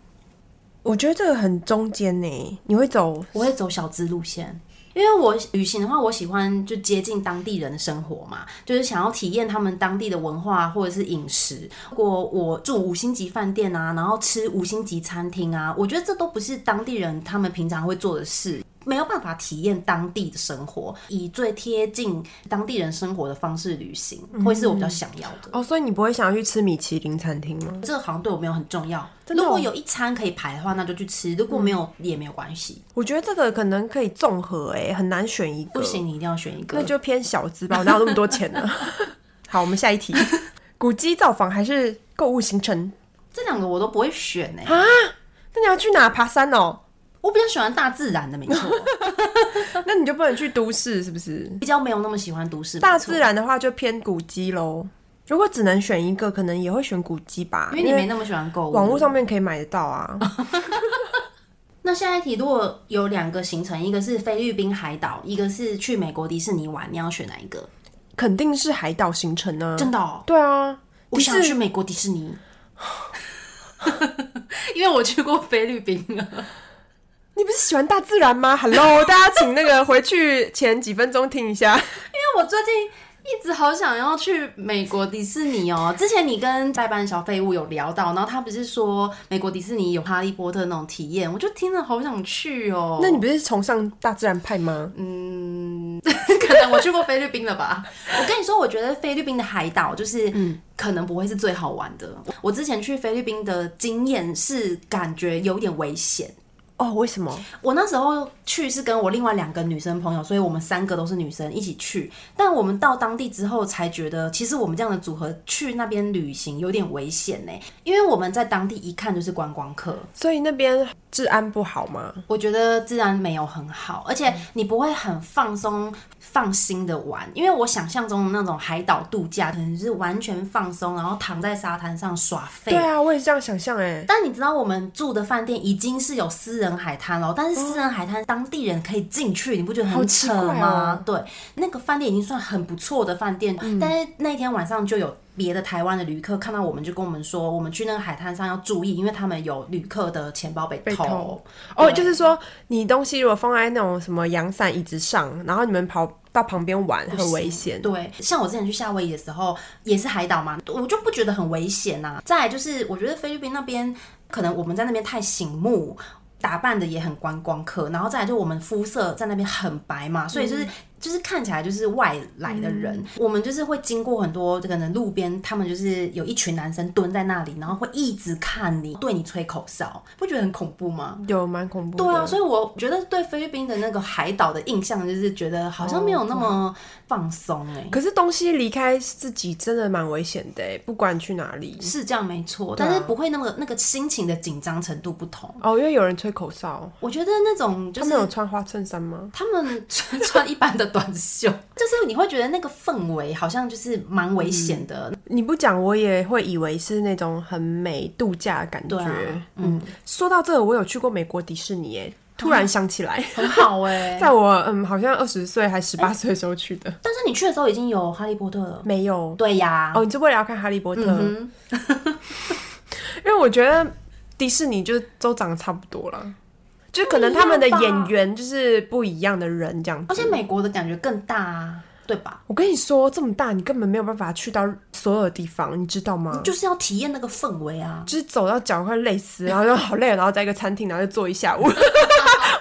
我觉得这个很中间呢，你会走我会走小资路线，因为我旅行的话，我喜欢就接近当地人的生活嘛，就是想要体验他们当地的文化或者是饮食。如果我住五星级饭店啊，然后吃五星级餐厅啊，我觉得这都不是当地人他们平常会做的事。没有办法体验当地的生活，以最贴近当地人生活的方式旅行，会是我比较想要的。哦，所以你不会想要去吃米其林餐厅吗？这个好像对我没有很重要。的哦嗯如果有一餐可以排的话，那就去吃；如果没有、也没有关系。我觉得这个可能可以综合哎，很难选一个。不行，你一定要选一个。那就偏小资吧，我哪有那么多钱 呢？好，我们下一题，古迹造访还是购物行程这两个我都不会选呢、啊？那你要去哪爬山哦？我比较喜欢大自然的，没 错，那你就不能去都市是不是？比较没有那么喜欢都市。大没错自，然的话就偏古迹喽。如果只能选一个，可能也会选古迹吧，因为你嗯没那么喜欢购物。网络上面可以买得到啊。那下一题，如果有两个行程，一个是菲律宾海岛，一个是去美国迪士尼玩，你要选哪一个？肯定是海岛行程啊。真的、哦，对啊，我迪想士去美国迪士尼， 因为我去过菲律宾啊了。你不是喜欢大自然吗？Hello，大家 请那个回去前几分钟听一下。哦我最近一直好想要去美国迪士尼哦。之前你跟代班小废物有聊到，然后他不是说美国迪士尼有哈利波特那种体验，我就听了好想去哦。那你不是崇尚大自然派吗？ 可能我去过菲律宾了吧？我跟你说，我觉得菲律宾的海岛就是，可能不会是最好玩的。我之前去菲律宾的经验是感觉有点危险。哦，为什么？我那时候去是跟我另外两个女生朋友，所以我们三个都是女生一起去。但我们到当地之后才觉得，其实我们这样的组合去那边旅行有点危险呢、因为我们在当地一看就是观光客，所以那边治安不好吗？我觉得自然没有很好，而且你不会很放松、放心的玩，因为我想象中的那种海岛度假，可能是完全放松，然后躺在沙滩上耍废。对啊，我也是这样想象哎。但你知道我们住的饭店已经是有私人海滩了，但是私人海滩当地人可以进去，你不觉得好很奇扯怪哦吗？对，那个饭店已经算很不错的饭店，嗯但是那天晚上就有。别的台湾的旅客看到我们就跟我们说，我们去那个海滩上要注意，因为他们有旅客的钱包被被偷对哦，就是说你东西如果放在那种什么阳伞椅子上，然后你们跑到旁边玩，很危险。对，像我之前去夏威夷的时候，也是海岛嘛，我就不觉得很危险呐、再来就是，我觉得菲律宾那边可能我们在那边太醒目。打扮的也很观光客，然后再来就我们肤色在那边很白嘛，所以嗯就是、就是看起来就是外来的人，我们就是会经过很多可能路边，他们就是有一群男生蹲在那里，然后会一直看你，对你吹口哨，不觉得很恐怖吗？有蛮恐怖的。对啊，所以我觉得对菲律宾的那个海岛的印象就是觉得好像没有那么放松哎、可是东西离开自己真的蛮危险的欸，不管去哪里。是这样没错，啊但是不会那么那个心情的紧张程度不同。哦，因为有人吹口哨。我觉得那种就他是们有穿花衬衫吗？他们穿穿一般的短 袖，就是你会觉得那个氛围好像就是蛮危险的。你不讲我也会以为是那种很美度假的感觉。对啊嗯，说到这个，我有去过美国迪士尼耶，突然想起来，很好哎、在我嗯好像二十岁还十八岁的时候去的， 但是你去的时候已经有哈利波特了，没有。对呀、嗯哦，你是为了要看《哈利波特》因为我觉得迪士尼就都长得差不多啦，就可能他们的不一样吧演员就是不一样的人这样子而且美国的感觉更大啊，对吧？我跟你说，这么大你根本没有办法去到所有地方，你知道吗？就是要体验那个氛围啊。就是走到脚快累死，然后就好累了，然后在一个餐厅，然后就坐一下午。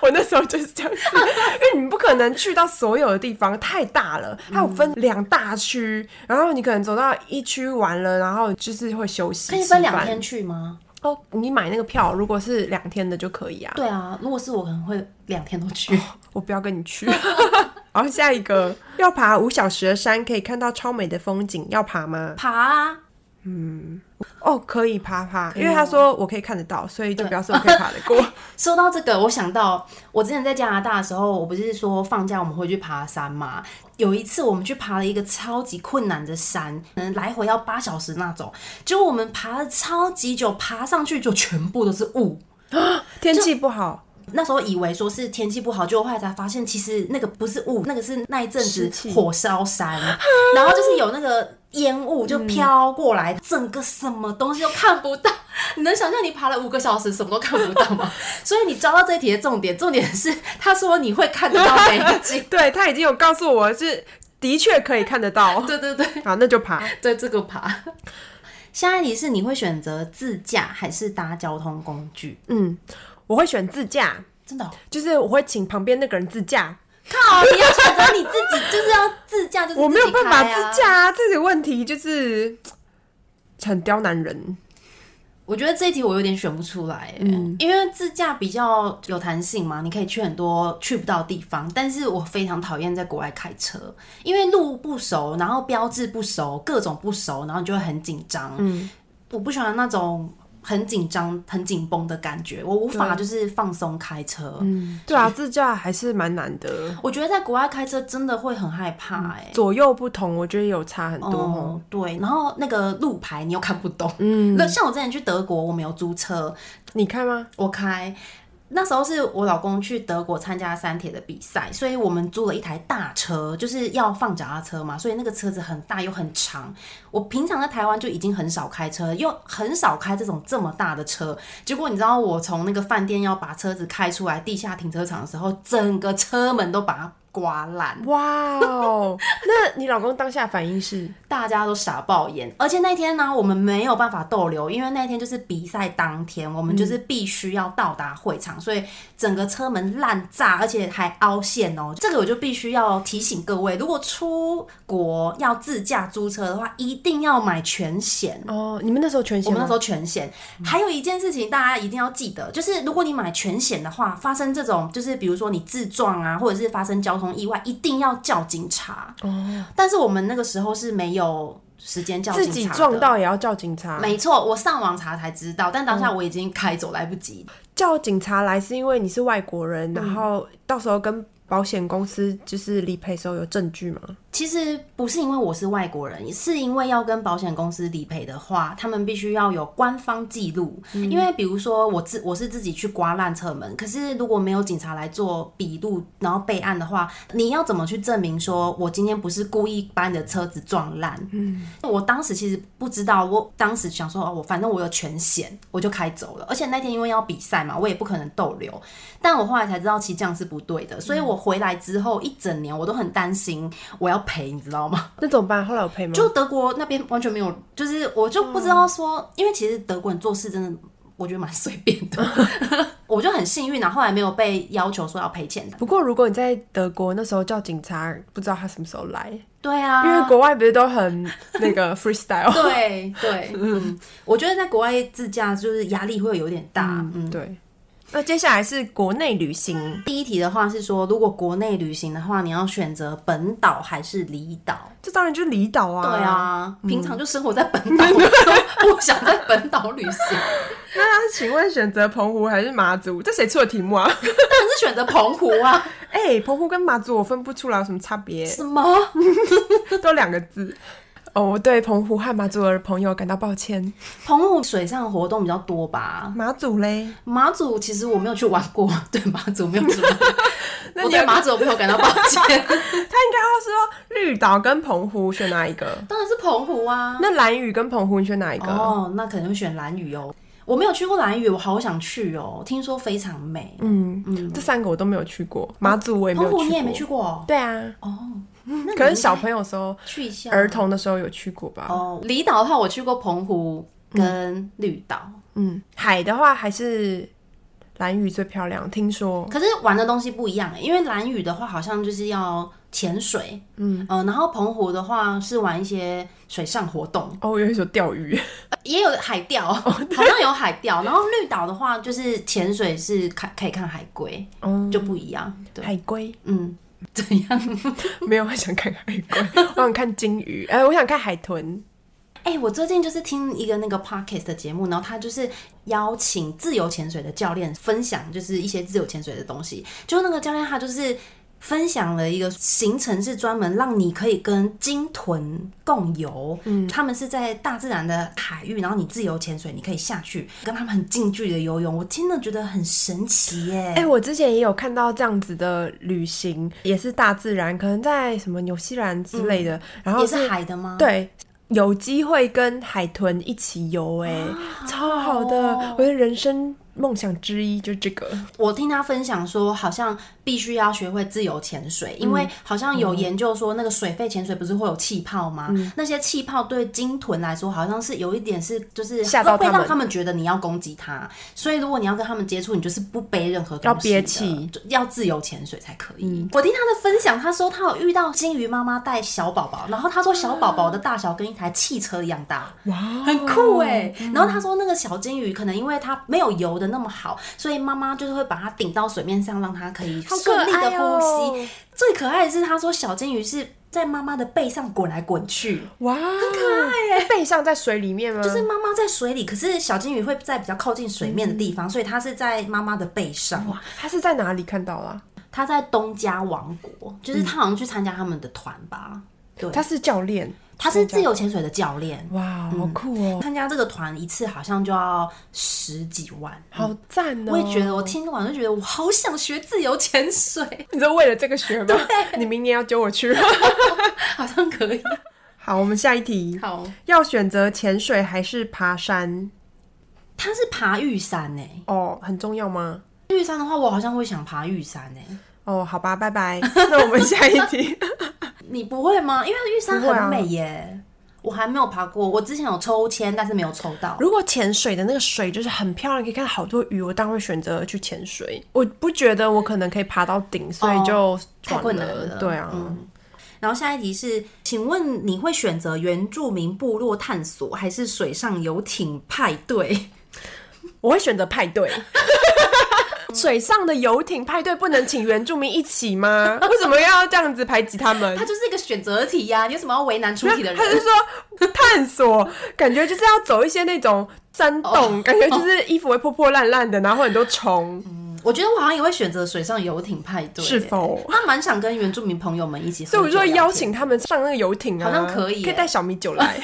我那时候就是这样子，因为你不可能去到所有的地方，太大了，它有分两大区，然后你可能走到一区完了，然后就是会休息。可以分吃两饭天去吗？哦，你买那个票，如果是两天的就可 以啊。对啊，如果是我，可能会两天都去。我不要跟你去。然后下一个，要爬五小时的山，可以看到超美的风景，要爬 吗？爬啊，哦，可以爬爬，以啊因为他说我可以看得到，所以就表示我可以爬得 过。说到这个，我想到我之前在加拿大的时候，我不是说放假我们会去爬山嘛？有一次我们去爬了一个超级困难的山，可能来回要八小时那种，结果我们爬了超级久，爬上去就全部都是雾。天气不好，那时候以为说是天气不好，就后来才发现，其实那个不是雾，那个是那一阵湿子气。火烧山，然后就是有那个烟雾就飘过来，整个什么东西都看不到。你能想象你爬了五个小时什么都看不到 吗？所以你抓到这一题的重点，重点是他说你会看得到美景 对他已经有告诉我是的确可以看得到。对对对好，那就爬。对，这个爬。下一题是你会选择自驾还是搭交通工具？嗯，我会选自驾，真的哦、就是我会请旁边那个人自驾，靠！你要选择你自己，就是要自驾，就是我没有办法自己开啊自驾啊，这个问题就是很刁难人。我觉得这一题我有点选不出来、欸，因为自驾比较有弹性嘛，你可以去很多去不到的地方。但是我非常讨厌在国外开车，因为路不熟，然后标志不熟，各种不熟，然后你就会很紧张。嗯，我不喜欢那种很紧张、很紧绷的感觉，我无法就是放松开车。嗯，对啊，自驾还是蛮难的，我觉得在国外开车真的会很害怕、欸，哎、左右不同，我觉得有差很多哦。哦，对，然后那个路牌你又看不懂，嗯，那像我之前去德国，我没有租车，你开吗？我开。那时候是我老公去德国参加三铁的比赛，所以我们租了一台大车，就是要放脚踏车嘛，所以那个车子很大又很长。我平常在台湾就已经很少开车，又很少开这种这么大的车。结果你知道，我从那个饭店要把车子开出来地下停车场的时候，整个车门都把它刮烂，哇 哦，那你老公当下反应是？大家都傻爆眼。而且那天呢，我们没有办法逗留，因为那天就是比赛当天，我们就是必须要到达会场，所以整个车门烂炸，而且还凹陷哦。这个我就必须要提醒各位，如果出国要自驾租车的话，一定要买全险。哦，你们那时候全嗯我险们那吗嗯时？候全险，还有一件事情大家一定要记得，就是如果你买全险的话，发生这种就是比如说你自撞啊，或者是发生交通意外，一定要叫警察。哦，但是我们那个时候是没有时间叫警自察的己撞。到也要叫警察？没错，我上网查才知道，但当哦下我已经开走，来不及。叫警察来是因为你是外国人，然后到时候跟保险公司就是理赔时候有证据吗？其实不是因为我是外国人，是因为要跟保险公司理赔的话，他们必须要有官方记录。因为比如说我自我是自己去刮烂侧门，可是如果没有警察来做笔录，然后备案的话，你要怎么去证明说我今天不是故意把你的车子撞烂？嗯，我当时其实不知道，我当时想说哦，我反正我有全险，我就开走了。而且那天因为要比赛嘛，我也不可能逗留。但我后来才知道，其实这样是不对的，所以嗯我回来之后一整年我都很担心我要赔，你知道吗？那怎么办？后来有赔吗？就德国那边完全没有，就是我就不知嗯道说，因为其实德国人做事真的。我觉得蛮随便的， 我就很幸运啊，后来没有被要求说要赔钱的。不过如果你在德国那时候叫警察，不知道他什么时候来，对啊，因为国外不是都很那个 freestyle。对 对，嗯，我觉得在国外自驾就是压力会有点大，嗯对。那接下来是国内旅行，第一题的话是说，如果国内旅行的话，你要选择本岛还是离岛？这当然就是离岛啊。对。啊，平常就生活在 本岛，不想在本岛旅行，但那请问选择澎湖还是马祖？这谁出的题目 啊？是选择澎湖啊？哎、澎湖跟马祖我分不出来有什么差 别，什么？都两个字。哦，我对澎湖和马祖的朋友感到抱歉。澎湖水上活动比较多吧？马祖嘞？马祖其实我没有去玩过， 对马祖没有 去玩过，我你对有马祖的朋友感到抱歉。 他应该要说绿岛跟澎湖选哪一个？当然是澎湖啊。那蓝屿跟澎湖你选哪一个？哦，那可能会选蓝屿哦。我没有去过兰屿，我好想去哦，听说非常美。嗯嗯，这三个我都没有去过，马祖嗯我也没哦有去澎湖过，你也没去过哦，对啊，哦那你可能小应朋友的时候该，去一下儿童的时候有去过吧。哦。离岛的话，我去过澎湖跟绿岛，嗯，海的话还是蓝屿最漂亮，听说。可是玩的东西不一样欸，因为蓝屿的话好像就是要潜水，嗯、呃、然后澎湖的话是玩一些水上活动，哦，我有一首钓鱼，呃也有海钓，好像有海钓。然后绿岛的话就是潜水是看可以看海龟，嗯，就不一样。哦对，海 龟嗯，怎样？没有，我想看海龟，我想看金鱼，哎、我想看海豚。哎、我最近就是听一个那个 podcast 的节目，然后他就是邀请自由潜水的教练分享，就是一些自由潜水的东西。就那个教练他就是分享了一个行程，是专门让你可以跟鲸豚共游。嗯，他们是在大自然的海域，然后你自由潜水，你可以下去跟他们很近距离的游泳。我真的觉得很神奇耶！哎、我之前也有看到这样子的旅行，也是大自然，可能在什么纽西兰之类的，然后嗯也是海的吗？，对。有机会跟海豚一起游、哎、啊超好的！好好哦我的人生梦想之一就是这个。我听他分享说，好像必须要学会自由潜嗯水，因为好像有研究说，那个水肺潜水不是会有气泡吗？嗯那些气泡对鲸豚来说，好像是有一点是就是吓到会它们让他们觉得你要攻击它，所以如果你要跟他们接触，你就是不背任何东西的要憋气，嗯就要自由潜水才可以。我听他的分享，他说他有遇到鲸鱼妈妈带小宝宝，然后他说小宝宝的大小跟一台汽车一样大。哇，很酷哎、哦嗯然后他说那个小金鱼可能因为它没有游的那么好，所以妈妈就是会把它顶到水面上，让它可以好顺利的呼吸。可爱哦最可爱的是，他说小金鱼是在妈妈的背上滚来滚去，哇，很可爱耶！背上在水里面吗？就是妈妈在水里，可是小金鱼会在比较靠近水面的地方，所以它是在妈妈的背上。嗯哇，它是在哪里看到啊啦？它在东加王国，嗯就是他好像去参加他们的团吧。对，它是教练，他是自由潜水的教练。哇，好酷哦，参加这个团一次好像就要十几万，好赞哦！我也觉得，我听完就觉得我好想学自由潜水， 你就为了这个学吗？你明年要揪我去。好像可以。 好，我们下一题，好，要选择潜水还是爬山？它是爬玉山呢、哦，很重要吗？玉山的话，我好像会想爬玉山欸呢、哦，好吧，拜拜。 那我们下一 题。你不会吗？因为玉山不会啊很美耶、我还没有爬过，我之前有抽签，但是没有抽到。如果潜水的那个水就是很漂亮，可以看好多鱼，我当然会选择去潜水。我不觉得我可能可以爬到顶，所以就哦太转困难了嗯对啊，然后下一题是，请问你会选择原住民部落探索，还是水上游艇派 对？我会选择派 对。水上的游艇派对不能请原住民一起吗？为什么要这样子排挤他们它？ 就是一个选择题啊呀、你为什么要为难出题的人他？ 就说探索，感觉就是要走一些那种山哦洞，感觉就是衣服会破破烂烂的，然后很多虫，我觉得我好像也会选择水上游艇派对、是？否？那蛮想跟原住民朋友们一起喝酒所以聊我天，就会邀请他们上那个游艇啊，好像可以耶可以带小米酒 来。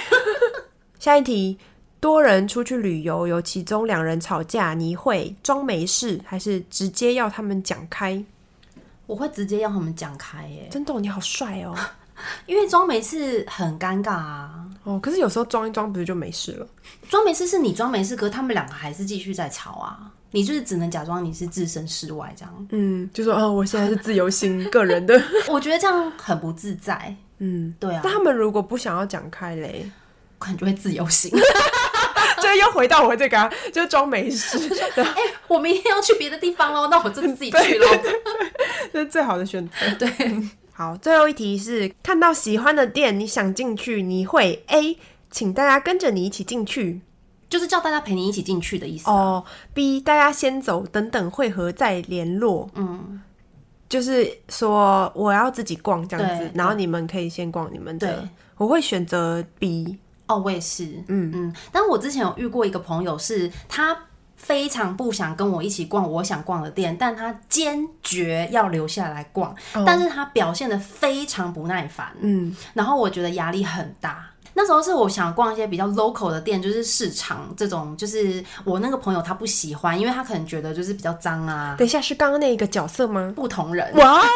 下一题，多人出去旅游，有其中两人吵架，你会装没事，还是直接要他们讲开？我会直接让他们讲开耶，真的哦，你好帅哦！因为装没事很尴尬啊。 哦，可是有时候装一装，不是就没事了？装没事是你装没事，可是他们两个还是继续在吵啊。你就是只能假装你是置身事外这样，嗯，就说哦，我现在是自由心，个人 的。我觉得这样很不自在。嗯，对啊那，他们如果不想要讲开嘞， 可能就会自由行。 就是又回到我这个、啊，就装没 事，哎、我明天要去别的地方喽，那我就自己去喽。这是最好的 选择。对，好，最后一题是看到喜欢的店，你想进去，你会 A 请大家跟着你一起进去就是叫大家陪你一起进去的意思。哦，B 大家先走，等等会合再联络。嗯，就是说我要自己逛这样子对，然后你们可以先逛你们的对。我会选择 B，哦，我也是，嗯嗯。但我之前有遇过一个朋友是，他非常不想跟我一起逛我想逛的店，但他坚决要留下来逛，但是他表现的非常不耐烦，嗯，然后我觉得压力很大。那时候是我想逛一些比较 local 的店，就是市场这种，就是我那个朋友他不喜欢，因为他可能觉得就是比较脏啊，等一下是刚刚那一个角色吗？不同人。哇哦，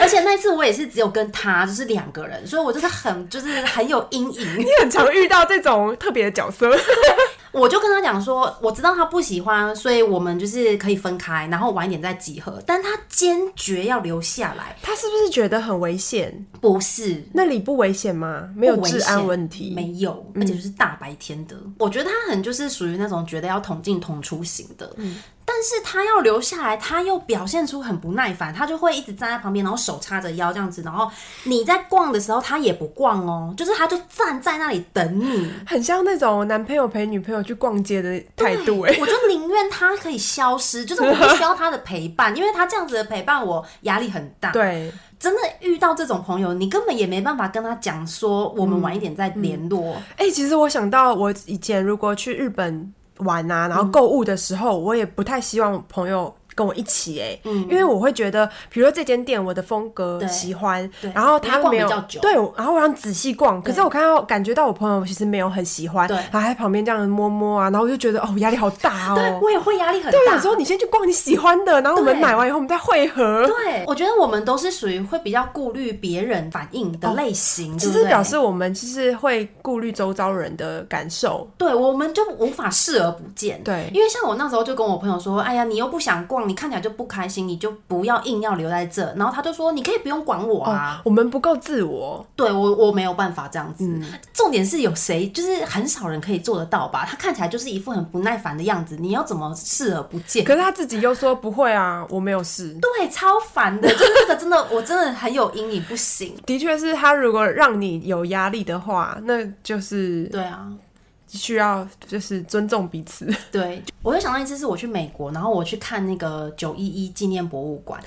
而且那次我也是只有跟他，就是两个人，所以我就是很就是很有阴影。你很常遇到这种特别的角色，我就跟他讲说，我知道他不喜欢，所以我们就是可以分开，然后晚一点再集合。但他坚决要留下来， 他是不是觉得很危险？不是那里不危险吗？没有不危治险安问题，没有，而且就是大白天的。我觉得他很就是属于那种觉得要同进同出型的。但是他要留下来，他又表现出很不耐烦，他就会一直站在旁边，然后手叉着腰这样子。然后你在逛的时候，他也不逛哦，就是他就站在那里等你。很像那种男朋友陪女朋友去逛街的态度、哎，我就宁愿他可以消失，就是我不需要他的陪伴，因为他这样子的陪伴我压力很大。，对，真的遇到这种朋友，你根本也没办法跟他讲说我们晚一点再联络。哎、其实我想到我以前如果去日本玩啊，然后购物的时候，我也不太希望朋友。跟我一起哎、因为我会觉得，比如说这间店我的风格对喜欢对，然后你他要逛没有比较久对，然后我想仔细逛，可是我看到感觉到我朋友其实没有很喜欢，对然后还在旁边这样摸摸啊，然后我就觉得哦压力好大对，哦。我也会压力很对，大。有时候你先去逛你喜欢的，然后我们对买完以后我们再汇合。对，我觉得我们都是属于会比较顾虑别人反应的类型，对哦其不实对表示我们就是会顾虑周遭人的感受，对，我们就无法视而不见。对因为像我那时候就跟我朋友说，哎呀，你又不想逛，你看起来就不开心，你就不要硬要留在这。然后他就说，你可以不用管我啊。哦我们不够自我。对我，我没有办法这样子。嗯重点是有谁，就是很少人可以做得到吧？他看起来就是一副很不耐烦的样子，你要怎么视而不见？可是他自己又说不会啊，我没有事。对，超烦的， 就是这个真的，我真的很有阴影，不行。的确是他如果让你有压力的话，那就是对啊，需要就是尊重彼此。 对，我就想到一次是我去美国，然后我去看那个九一一纪念博物馆，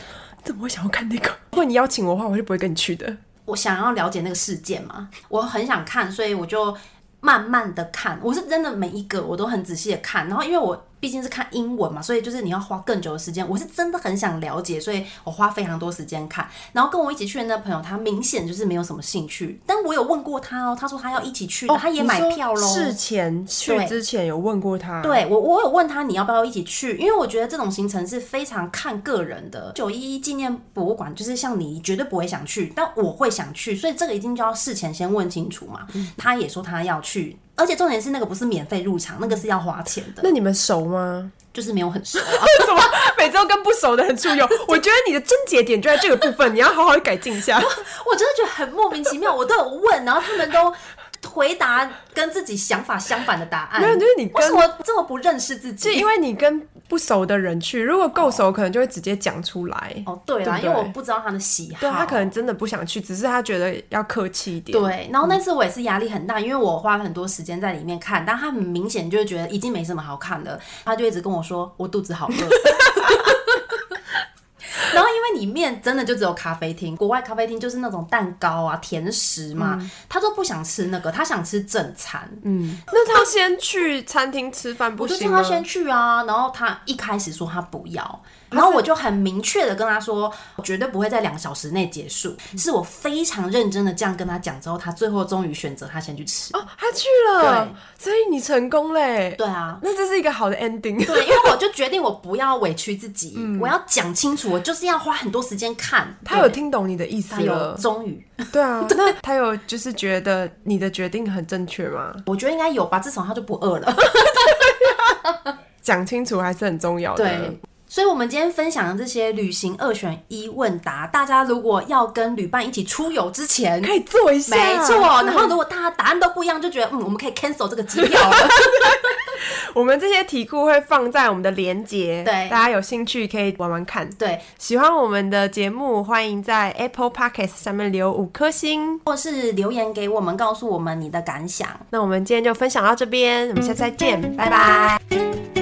怎么会想要看那个？如果你邀请我的话，我是不会跟你去的。我想要了解那个事件嘛，我很想看，所以我就慢慢的看，我是真的每一个我都很仔细的看，然后因为我毕竟是看英文嘛，所以就是你要花更久的时间，我是真的很想了解，所以我花非常多时间看。然后跟我一起去的那朋友，他明显就是没有什么兴趣，但我有问过他哦，他说他要一起去，他也买你票喽。说事前去对之前有问过他，，对我，我有问他你要不要一起去，因为我觉得这种行程是非常看个人的。九一一纪念博物馆就是像你绝对不会想去，但我会想去，所以这个一定就要事前先问清楚嘛。嗯他也说他要去，而且重点是那个不是免费入场，那个是要花钱的，那你们熟吗？ 就是没有很熟 啊。为什么每次都跟不熟的人出游？我觉得你的症结点就在这个部分，你要好好改进一下。我真的觉得很莫名其妙，我都有问，然后他们都。回答跟自己想法相反的答案，没有就是你跟为什么这么不认识自己？就因为你跟不熟的人去，如果够熟，可能就会直接讲出来。哦，对对啦，不对因为我不知道他的喜好，对啊他可能真的不想去，只是他觉得要客气一点。嗯对，然后那次我也是压力很大，因为我花了很多时间在里面看，但他很明显就是觉得已经没什么好看了，他就一直跟我说我肚子好 饿。然后因为里面真的就只有咖啡厅，国外咖啡厅就是那种蛋糕啊、甜食嘛，他都不想吃那个，他想吃正餐。嗯，那他先去餐厅吃饭不我就行叫吗？他先去啊，然后他一开始说他不要，然后我就很明确的跟他说，我绝对不会在两小时内结束，是我非常认真的这样跟他讲之后，他最后终于选择他先去吃。哦，他去了，所以你成功嘞。对啊，那这是一个好的 ending。对，因为我就决定我不要委屈自己，我要讲清楚，我就是要花很多时间看。嗯他有对听懂你的意思他有了，终于，对啊，那他有就是觉得你的决定很正确吗？我觉得应该有吧，至少他就不饿了。讲清楚还是很重要的。对。 所以，我们今天分享的这些旅行二选一问答，大家如果要跟旅伴一起出游之前，可以做一下，没错。然后，嗯如果大家答案都不一样，就觉得嗯，我们可以 cancel 这个机票了。 我们这些题库会放在我们的连结，对大家有兴趣可以玩玩看。对，喜欢我们的节目，欢迎在 Apple Podcast 上面留五颗星。或是留言给我们，告诉我们你的感想。那我们今天就分享到这边，我们下次再见，拜拜拜。拜。